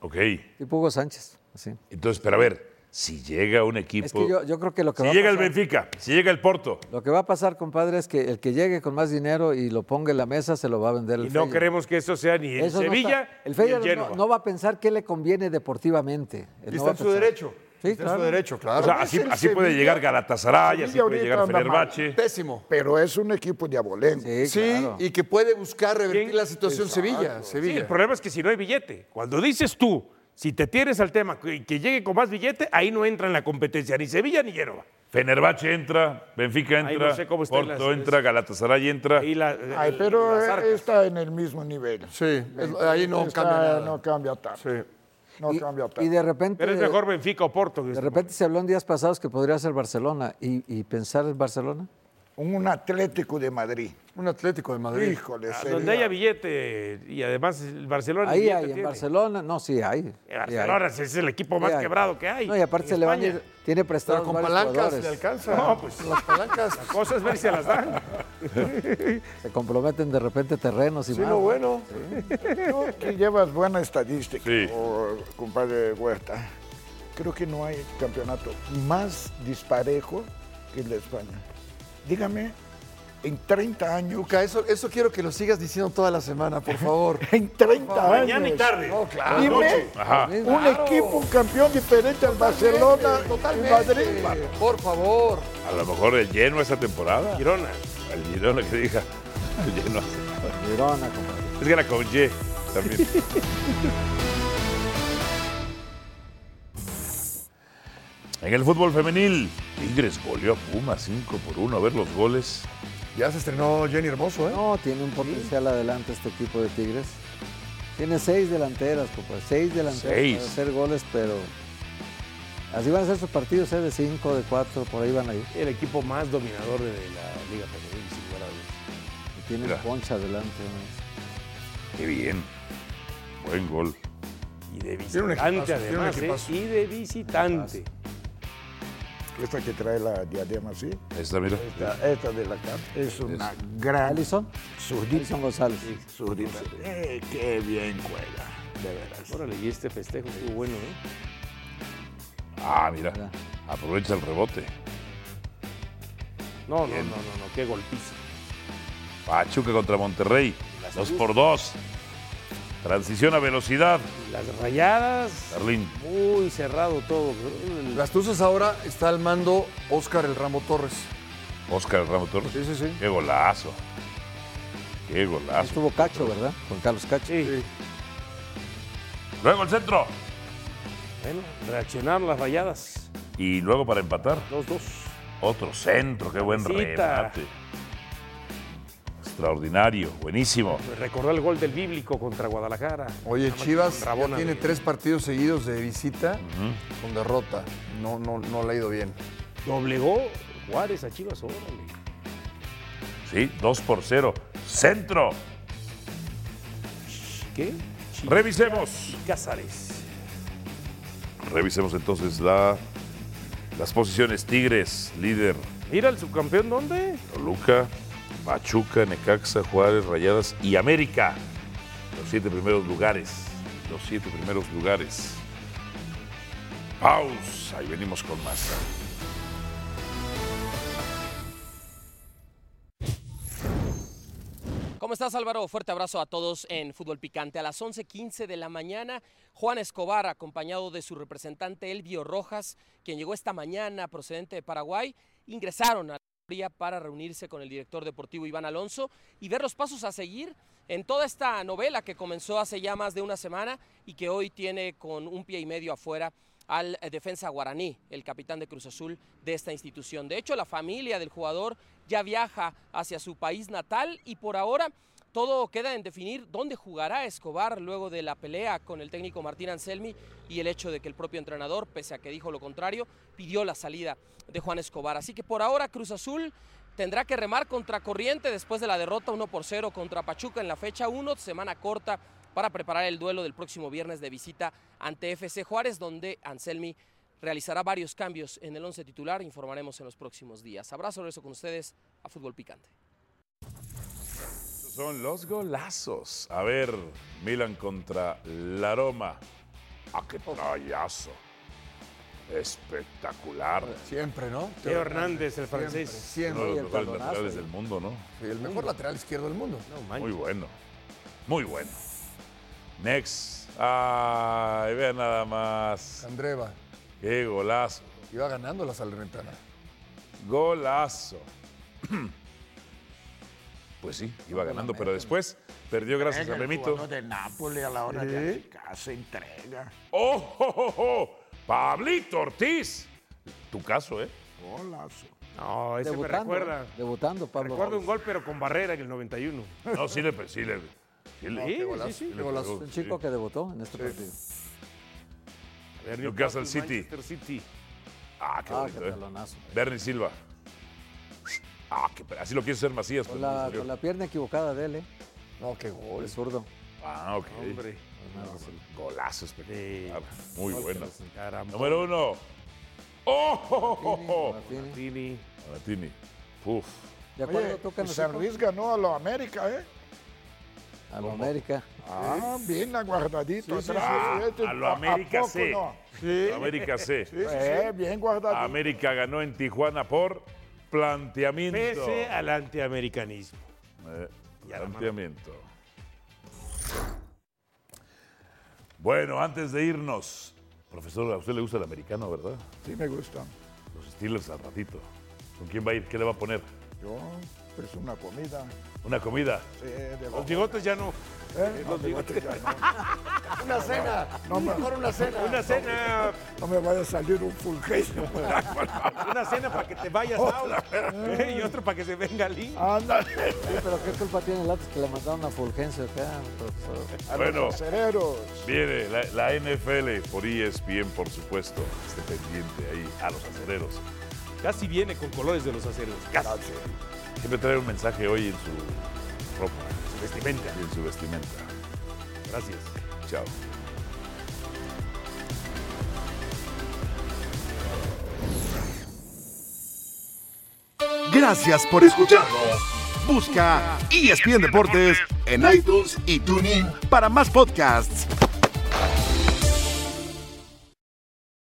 [SPEAKER 2] Ok.
[SPEAKER 5] Tipo Hugo Sánchez. Así.
[SPEAKER 2] Entonces, pero a ver, si llega un equipo.
[SPEAKER 5] Es que yo, yo creo que lo que
[SPEAKER 2] si
[SPEAKER 5] va a
[SPEAKER 2] llega el
[SPEAKER 5] pasar-
[SPEAKER 2] Benfica, si llega el Porto,
[SPEAKER 5] Lo que va a pasar, compadre, es que el que llegue con más dinero y lo ponga en la mesa se lo va a vender el
[SPEAKER 6] Y no
[SPEAKER 5] Feyenoord.
[SPEAKER 6] queremos que eso sea ni el
[SPEAKER 5] Eso no está-
[SPEAKER 6] Sevilla
[SPEAKER 5] el
[SPEAKER 6] ni el
[SPEAKER 5] Feyenoord no-
[SPEAKER 6] Genoa.
[SPEAKER 5] no, va a pensar qué le conviene deportivamente. Él
[SPEAKER 3] Y
[SPEAKER 5] no
[SPEAKER 3] está
[SPEAKER 5] va
[SPEAKER 3] en
[SPEAKER 5] a
[SPEAKER 3] su
[SPEAKER 5] pensar.
[SPEAKER 3] derecho.
[SPEAKER 5] Sí,
[SPEAKER 3] está en
[SPEAKER 5] claro.
[SPEAKER 3] su derecho,
[SPEAKER 2] o
[SPEAKER 3] claro.
[SPEAKER 2] sea,
[SPEAKER 4] es
[SPEAKER 2] así,
[SPEAKER 4] el
[SPEAKER 2] así puede
[SPEAKER 4] Sevilla.
[SPEAKER 2] llegar Galatasaray, así
[SPEAKER 4] Sevilla
[SPEAKER 2] puede llegar
[SPEAKER 4] ahorita anda mal.
[SPEAKER 2] Fenerbahce.
[SPEAKER 3] Pésimo.
[SPEAKER 4] Pero es un equipo de abolengo.
[SPEAKER 5] Sí,
[SPEAKER 3] Sí,
[SPEAKER 5] claro.
[SPEAKER 3] y que puede buscar revertir
[SPEAKER 6] ¿Quién?
[SPEAKER 3] la situación Sevilla.
[SPEAKER 6] Sí,
[SPEAKER 3] Sevilla.
[SPEAKER 6] el problema es que si no hay billete, cuando dices tú, si te tienes al tema que, que llegue con más billete, ahí no entra en la competencia ni Sevilla ni Genoa.
[SPEAKER 2] Fenerbahce entra, Benfica
[SPEAKER 6] Ahí
[SPEAKER 2] entra,
[SPEAKER 6] no sé cómo estén
[SPEAKER 2] Porto
[SPEAKER 6] las-
[SPEAKER 2] entra, Galatasaray entra.
[SPEAKER 6] Ahí la-
[SPEAKER 4] Ay,
[SPEAKER 6] el-
[SPEAKER 4] pero
[SPEAKER 6] las arcas.
[SPEAKER 4] está en el mismo nivel.
[SPEAKER 3] sí, es- ahí no
[SPEAKER 4] Está-
[SPEAKER 3] cambia nada.
[SPEAKER 4] No cambia tanto.
[SPEAKER 3] Sí.
[SPEAKER 4] No
[SPEAKER 5] y,
[SPEAKER 4] cambia tanto.
[SPEAKER 5] y de repente.
[SPEAKER 6] Pero es mejor Benfica o Porto.
[SPEAKER 5] De repente se habló en días pasados que podría ser Barcelona y, y pensar en Barcelona.
[SPEAKER 4] Un Atlético de Madrid.
[SPEAKER 3] Un Atlético de Madrid.
[SPEAKER 4] Híjole,
[SPEAKER 6] Ah,
[SPEAKER 4] sería-
[SPEAKER 6] Donde haya billete y además el Barcelona.
[SPEAKER 5] Ahí
[SPEAKER 6] billete
[SPEAKER 5] hay, en
[SPEAKER 6] tiene.
[SPEAKER 5] Barcelona, no, sí hay.
[SPEAKER 6] Eh, Barcelona es el equipo más
[SPEAKER 5] Sí hay.
[SPEAKER 6] quebrado que hay.
[SPEAKER 5] No, y aparte
[SPEAKER 6] en
[SPEAKER 5] se le van a
[SPEAKER 6] España.
[SPEAKER 5] ir, tiene prestado
[SPEAKER 3] Pero con palancas le alcanza.
[SPEAKER 6] No, pues.
[SPEAKER 3] Con las palancas.
[SPEAKER 6] Cosas ver si se las dan.
[SPEAKER 5] Se comprometen de repente terrenos y
[SPEAKER 4] Sí,
[SPEAKER 5] más.
[SPEAKER 4] lo bueno. Tú que llevas buena estadística,
[SPEAKER 2] Sí.
[SPEAKER 4] o, compadre Huerta. Creo que no hay campeonato más disparejo que el de España. Dígame, en 30 años.
[SPEAKER 3] Luca, eso, eso quiero que lo sigas diciendo toda la semana, por favor.
[SPEAKER 4] En 30 años.
[SPEAKER 6] Mañana y tarde.
[SPEAKER 4] Dime
[SPEAKER 3] Ah.
[SPEAKER 4] un equipo campeón diferente al Barcelona,
[SPEAKER 3] Totalmente.
[SPEAKER 4] totalmente. Madrid. mano.
[SPEAKER 3] Por favor.
[SPEAKER 2] A lo mejor el lleno esa temporada.
[SPEAKER 6] Girona.
[SPEAKER 2] El Girona que diga. El lleno.
[SPEAKER 5] Girona, compadre.
[SPEAKER 2] Es que era con Y también. En el fútbol femenil, Tigres goleó a Pumas 5 por 1. A ver los goles.
[SPEAKER 3] Ya se estrenó Jenny Hermoso, ¿eh?
[SPEAKER 5] No, tiene un potencial adelante este equipo de Tigres. Tiene seis delanteras, compadre. Seis delanteras
[SPEAKER 2] Seis.
[SPEAKER 5] para hacer goles, pero. Así van a ser sus partidos, ¿eh? De cinco, de cuatro, por ahí van a ir.
[SPEAKER 6] El equipo más dominador de la Liga Femenil, sin lugar a dudas.
[SPEAKER 5] Y Tienen
[SPEAKER 2] Mira.
[SPEAKER 5] poncha adelante. ¿no?
[SPEAKER 2] Qué bien. Buen gol.
[SPEAKER 6] Y de
[SPEAKER 3] Tiene un
[SPEAKER 6] visitante,
[SPEAKER 3] equipazo, tiene un
[SPEAKER 6] además. ¿eh?
[SPEAKER 3] equipazo.
[SPEAKER 6] Y de visitante.
[SPEAKER 4] Esta que trae la diadema, sí.
[SPEAKER 2] Esta, mira.
[SPEAKER 4] Esta, esta de la cara. Es una gran
[SPEAKER 5] Alison.
[SPEAKER 4] zurdita.
[SPEAKER 5] Alison González.
[SPEAKER 4] zurdita. Eh, qué bien juega, de veras.
[SPEAKER 6] Órale, y este festejo estuvo bueno, ¿eh?
[SPEAKER 2] Ah, mira. Aprovecha el rebote.
[SPEAKER 6] No, no, no, no, no, qué golpiza.
[SPEAKER 2] Pachuca contra Monterrey. 2 por 2. Transición a velocidad.
[SPEAKER 6] Las rayadas,
[SPEAKER 2] Darlín.
[SPEAKER 6] muy cerrado todo. El-
[SPEAKER 3] Las Tuzas ahora está al mando Óscar el Ramo Torres.
[SPEAKER 2] Oscar Ramos Torres.
[SPEAKER 3] Sí, sí, sí.
[SPEAKER 2] Qué golazo. Qué golazo.
[SPEAKER 5] Estuvo Cacho, ¿verdad? Con Carlos Cacho.
[SPEAKER 6] Sí,
[SPEAKER 2] Luego el centro.
[SPEAKER 6] bueno, reaccionaron las rayadas.
[SPEAKER 2] Y luego para empatar,
[SPEAKER 6] 2-2.
[SPEAKER 2] otro centro. Qué buen
[SPEAKER 6] Cabecita.
[SPEAKER 2] remate. Extraordinario. Buenísimo.
[SPEAKER 6] Recordó el gol del bíblico contra Guadalajara.
[SPEAKER 3] Oye,
[SPEAKER 6] Nada más
[SPEAKER 3] Chivas
[SPEAKER 6] con
[SPEAKER 3] ya
[SPEAKER 6] Rabona
[SPEAKER 3] tiene
[SPEAKER 6] de-
[SPEAKER 3] tres partidos seguidos de visita con derrota. No, no, no le ha ido bien.
[SPEAKER 6] Doblegó Juárez a Chivas, órale.
[SPEAKER 2] Sí, 2 por 0. Centro.
[SPEAKER 6] ¿Qué?
[SPEAKER 2] Revisemos.
[SPEAKER 6] Cázares.
[SPEAKER 2] Revisemos entonces la- las posiciones. Tigres, líder.
[SPEAKER 6] Mira el subcampeón, ¿dónde?
[SPEAKER 2] Toluca, Pachuca, Necaxa, Juárez, Rayadas y América. Los siete primeros lugares. Los siete primeros lugares. Pausa y venimos con más.
[SPEAKER 12] ¿Cómo estás Álvaro? Fuerte abrazo a todos en Fútbol Picante. A las 11:15 de la mañana, Juan Escobar, acompañado de su representante Elvio Rojas, quien llegó esta mañana procedente de Paraguay, ingresaron a la Fría para reunirse con el director deportivo Iván Alonso y ver los pasos a seguir en toda esta novela que comenzó hace ya más de una semana y que hoy tiene con un pie y medio afuera al eh, defensa guaraní, el capitán de Cruz Azul de esta institución. De hecho, la familia del jugador ya viaja hacia su país natal y por ahora todo queda en definir dónde jugará Escobar luego de la pelea con el técnico Martín Anselmi y el hecho de que el propio entrenador, pese a que dijo lo contrario, pidió la salida de Juan Escobar. Así que por ahora Cruz Azul tendrá que remar contra corriente después de la derrota 1 por 0 contra Pachuca en la fecha 1, semana corta para preparar el duelo del próximo viernes de visita ante FC Juárez, donde Anselmi realizará varios cambios en el once titular, informaremos en los próximos días. Abrazo, regreso con ustedes a Fútbol Picante.
[SPEAKER 2] Estos son los golazos. A ver, Milan contra la Roma. ¡Ah, qué trayazo! Espectacular.
[SPEAKER 3] Siempre, ¿no?
[SPEAKER 6] Teo Hernández, el francés.
[SPEAKER 2] Uno
[SPEAKER 3] Siempre.
[SPEAKER 5] Y
[SPEAKER 2] de los
[SPEAKER 5] el
[SPEAKER 2] mejores
[SPEAKER 5] talonazo,
[SPEAKER 2] laterales
[SPEAKER 5] ¿eh?
[SPEAKER 2] del mundo, ¿no?
[SPEAKER 3] Sí, el mejor lateral izquierdo del mundo.
[SPEAKER 6] No manches.
[SPEAKER 2] Muy bueno. Muy bueno. Next. Ay, vean nada más.
[SPEAKER 3] Andreva
[SPEAKER 2] Qué golazo.
[SPEAKER 3] iba ganando la Salernitana.
[SPEAKER 2] Golazo. Pues sí, iba ganando, pero después perdió gracias a Memito.
[SPEAKER 4] de Nápoles a la hora de aplicar, se entrega.
[SPEAKER 2] ¡Oh, oh, oh, oh! pablito Ortiz! Tu caso, ¿eh?
[SPEAKER 4] Golazo.
[SPEAKER 6] No, ese me recuerda.
[SPEAKER 5] ¿no? Debutando, Pablo.
[SPEAKER 6] Recuerdo
[SPEAKER 5] Ruiz.
[SPEAKER 6] un gol, pero con barrera en el 91.
[SPEAKER 2] No, sí le. Sí le, sí le-
[SPEAKER 6] Sí,
[SPEAKER 2] sí
[SPEAKER 6] sí, sí.
[SPEAKER 2] le pegó,
[SPEAKER 3] golazo.
[SPEAKER 5] Es un chico
[SPEAKER 2] sí.
[SPEAKER 5] que debutó en este partido.
[SPEAKER 6] A ver,
[SPEAKER 2] Newcastle City.
[SPEAKER 6] Manchester City.
[SPEAKER 2] Ah, qué
[SPEAKER 5] Ah,
[SPEAKER 2] bonito,
[SPEAKER 5] qué
[SPEAKER 2] ¿eh?
[SPEAKER 5] talonazo.
[SPEAKER 2] Bernie Silva. Ah, que- así lo quiere hacer Macías.
[SPEAKER 5] Con
[SPEAKER 2] pero no le
[SPEAKER 5] la,
[SPEAKER 2] salió.
[SPEAKER 5] con la pierna equivocada de él, ¿eh?
[SPEAKER 3] No, qué gol.
[SPEAKER 5] El zurdo.
[SPEAKER 2] Ah, ok.
[SPEAKER 6] Hombre.
[SPEAKER 2] Golazo espectacular. Muy
[SPEAKER 6] Gol
[SPEAKER 2] buena.
[SPEAKER 6] que nos encaramba.
[SPEAKER 2] Número uno. ¡Oh! oh, oh, oh!
[SPEAKER 5] Martínez.
[SPEAKER 6] Martini.
[SPEAKER 2] Martini. Uf.
[SPEAKER 5] ¿Ya
[SPEAKER 4] Oye,
[SPEAKER 5] cuándo tocan los
[SPEAKER 4] San
[SPEAKER 5] hijos?
[SPEAKER 4] Luis ganó a la América, ¿eh?
[SPEAKER 5] A la América.
[SPEAKER 4] Ah, bien aguardadito
[SPEAKER 2] sí,
[SPEAKER 4] atrás.
[SPEAKER 2] sí.
[SPEAKER 4] Este,
[SPEAKER 2] A lo América
[SPEAKER 4] poco
[SPEAKER 2] C.
[SPEAKER 4] no?
[SPEAKER 2] América C.
[SPEAKER 4] Eh, bien guardadito.
[SPEAKER 2] América ganó en Tijuana por planteamiento.
[SPEAKER 6] Pese al antiamericanismo.
[SPEAKER 2] Eh, planteamiento. Bueno, antes de irnos, profesor, a usted le gusta el americano, ¿verdad?
[SPEAKER 4] Sí, me gusta.
[SPEAKER 2] Los Steelers al ratito. ¿Con quién va a ir? ¿Qué le va a poner?
[SPEAKER 4] Yo, pues una comida.
[SPEAKER 2] ¿Una comida?
[SPEAKER 4] Sí, de
[SPEAKER 6] Los bigotes ya no.
[SPEAKER 4] Eh, no, bigotes ya no.
[SPEAKER 3] Una cena.
[SPEAKER 4] No, ma-
[SPEAKER 3] Mejor una cena.
[SPEAKER 6] Una cena,
[SPEAKER 4] No me vaya a salir un fulgencio.
[SPEAKER 6] una cena para que te vayas Laura. Eh, y otro para que se venga Lee.
[SPEAKER 4] Ándale.
[SPEAKER 5] Sí, pero ¿qué culpa tiene el Atlas que le mandaron a Fulgencio acá, profesor?
[SPEAKER 4] A
[SPEAKER 2] Bueno.
[SPEAKER 4] los acereros.
[SPEAKER 2] Viene la, la NFL por E ESPN, por supuesto. Esté pendiente ahí a los acereros.
[SPEAKER 6] Casi viene con colores de los aceros.
[SPEAKER 4] Gracias.
[SPEAKER 2] Siempre trae un mensaje hoy en su ropa, en su vestimenta. Y en su vestimenta. Gracias. Chao.
[SPEAKER 1] Gracias por escucharnos. E Busca ESPN Deportes en iTunes y TuneIn para más podcasts.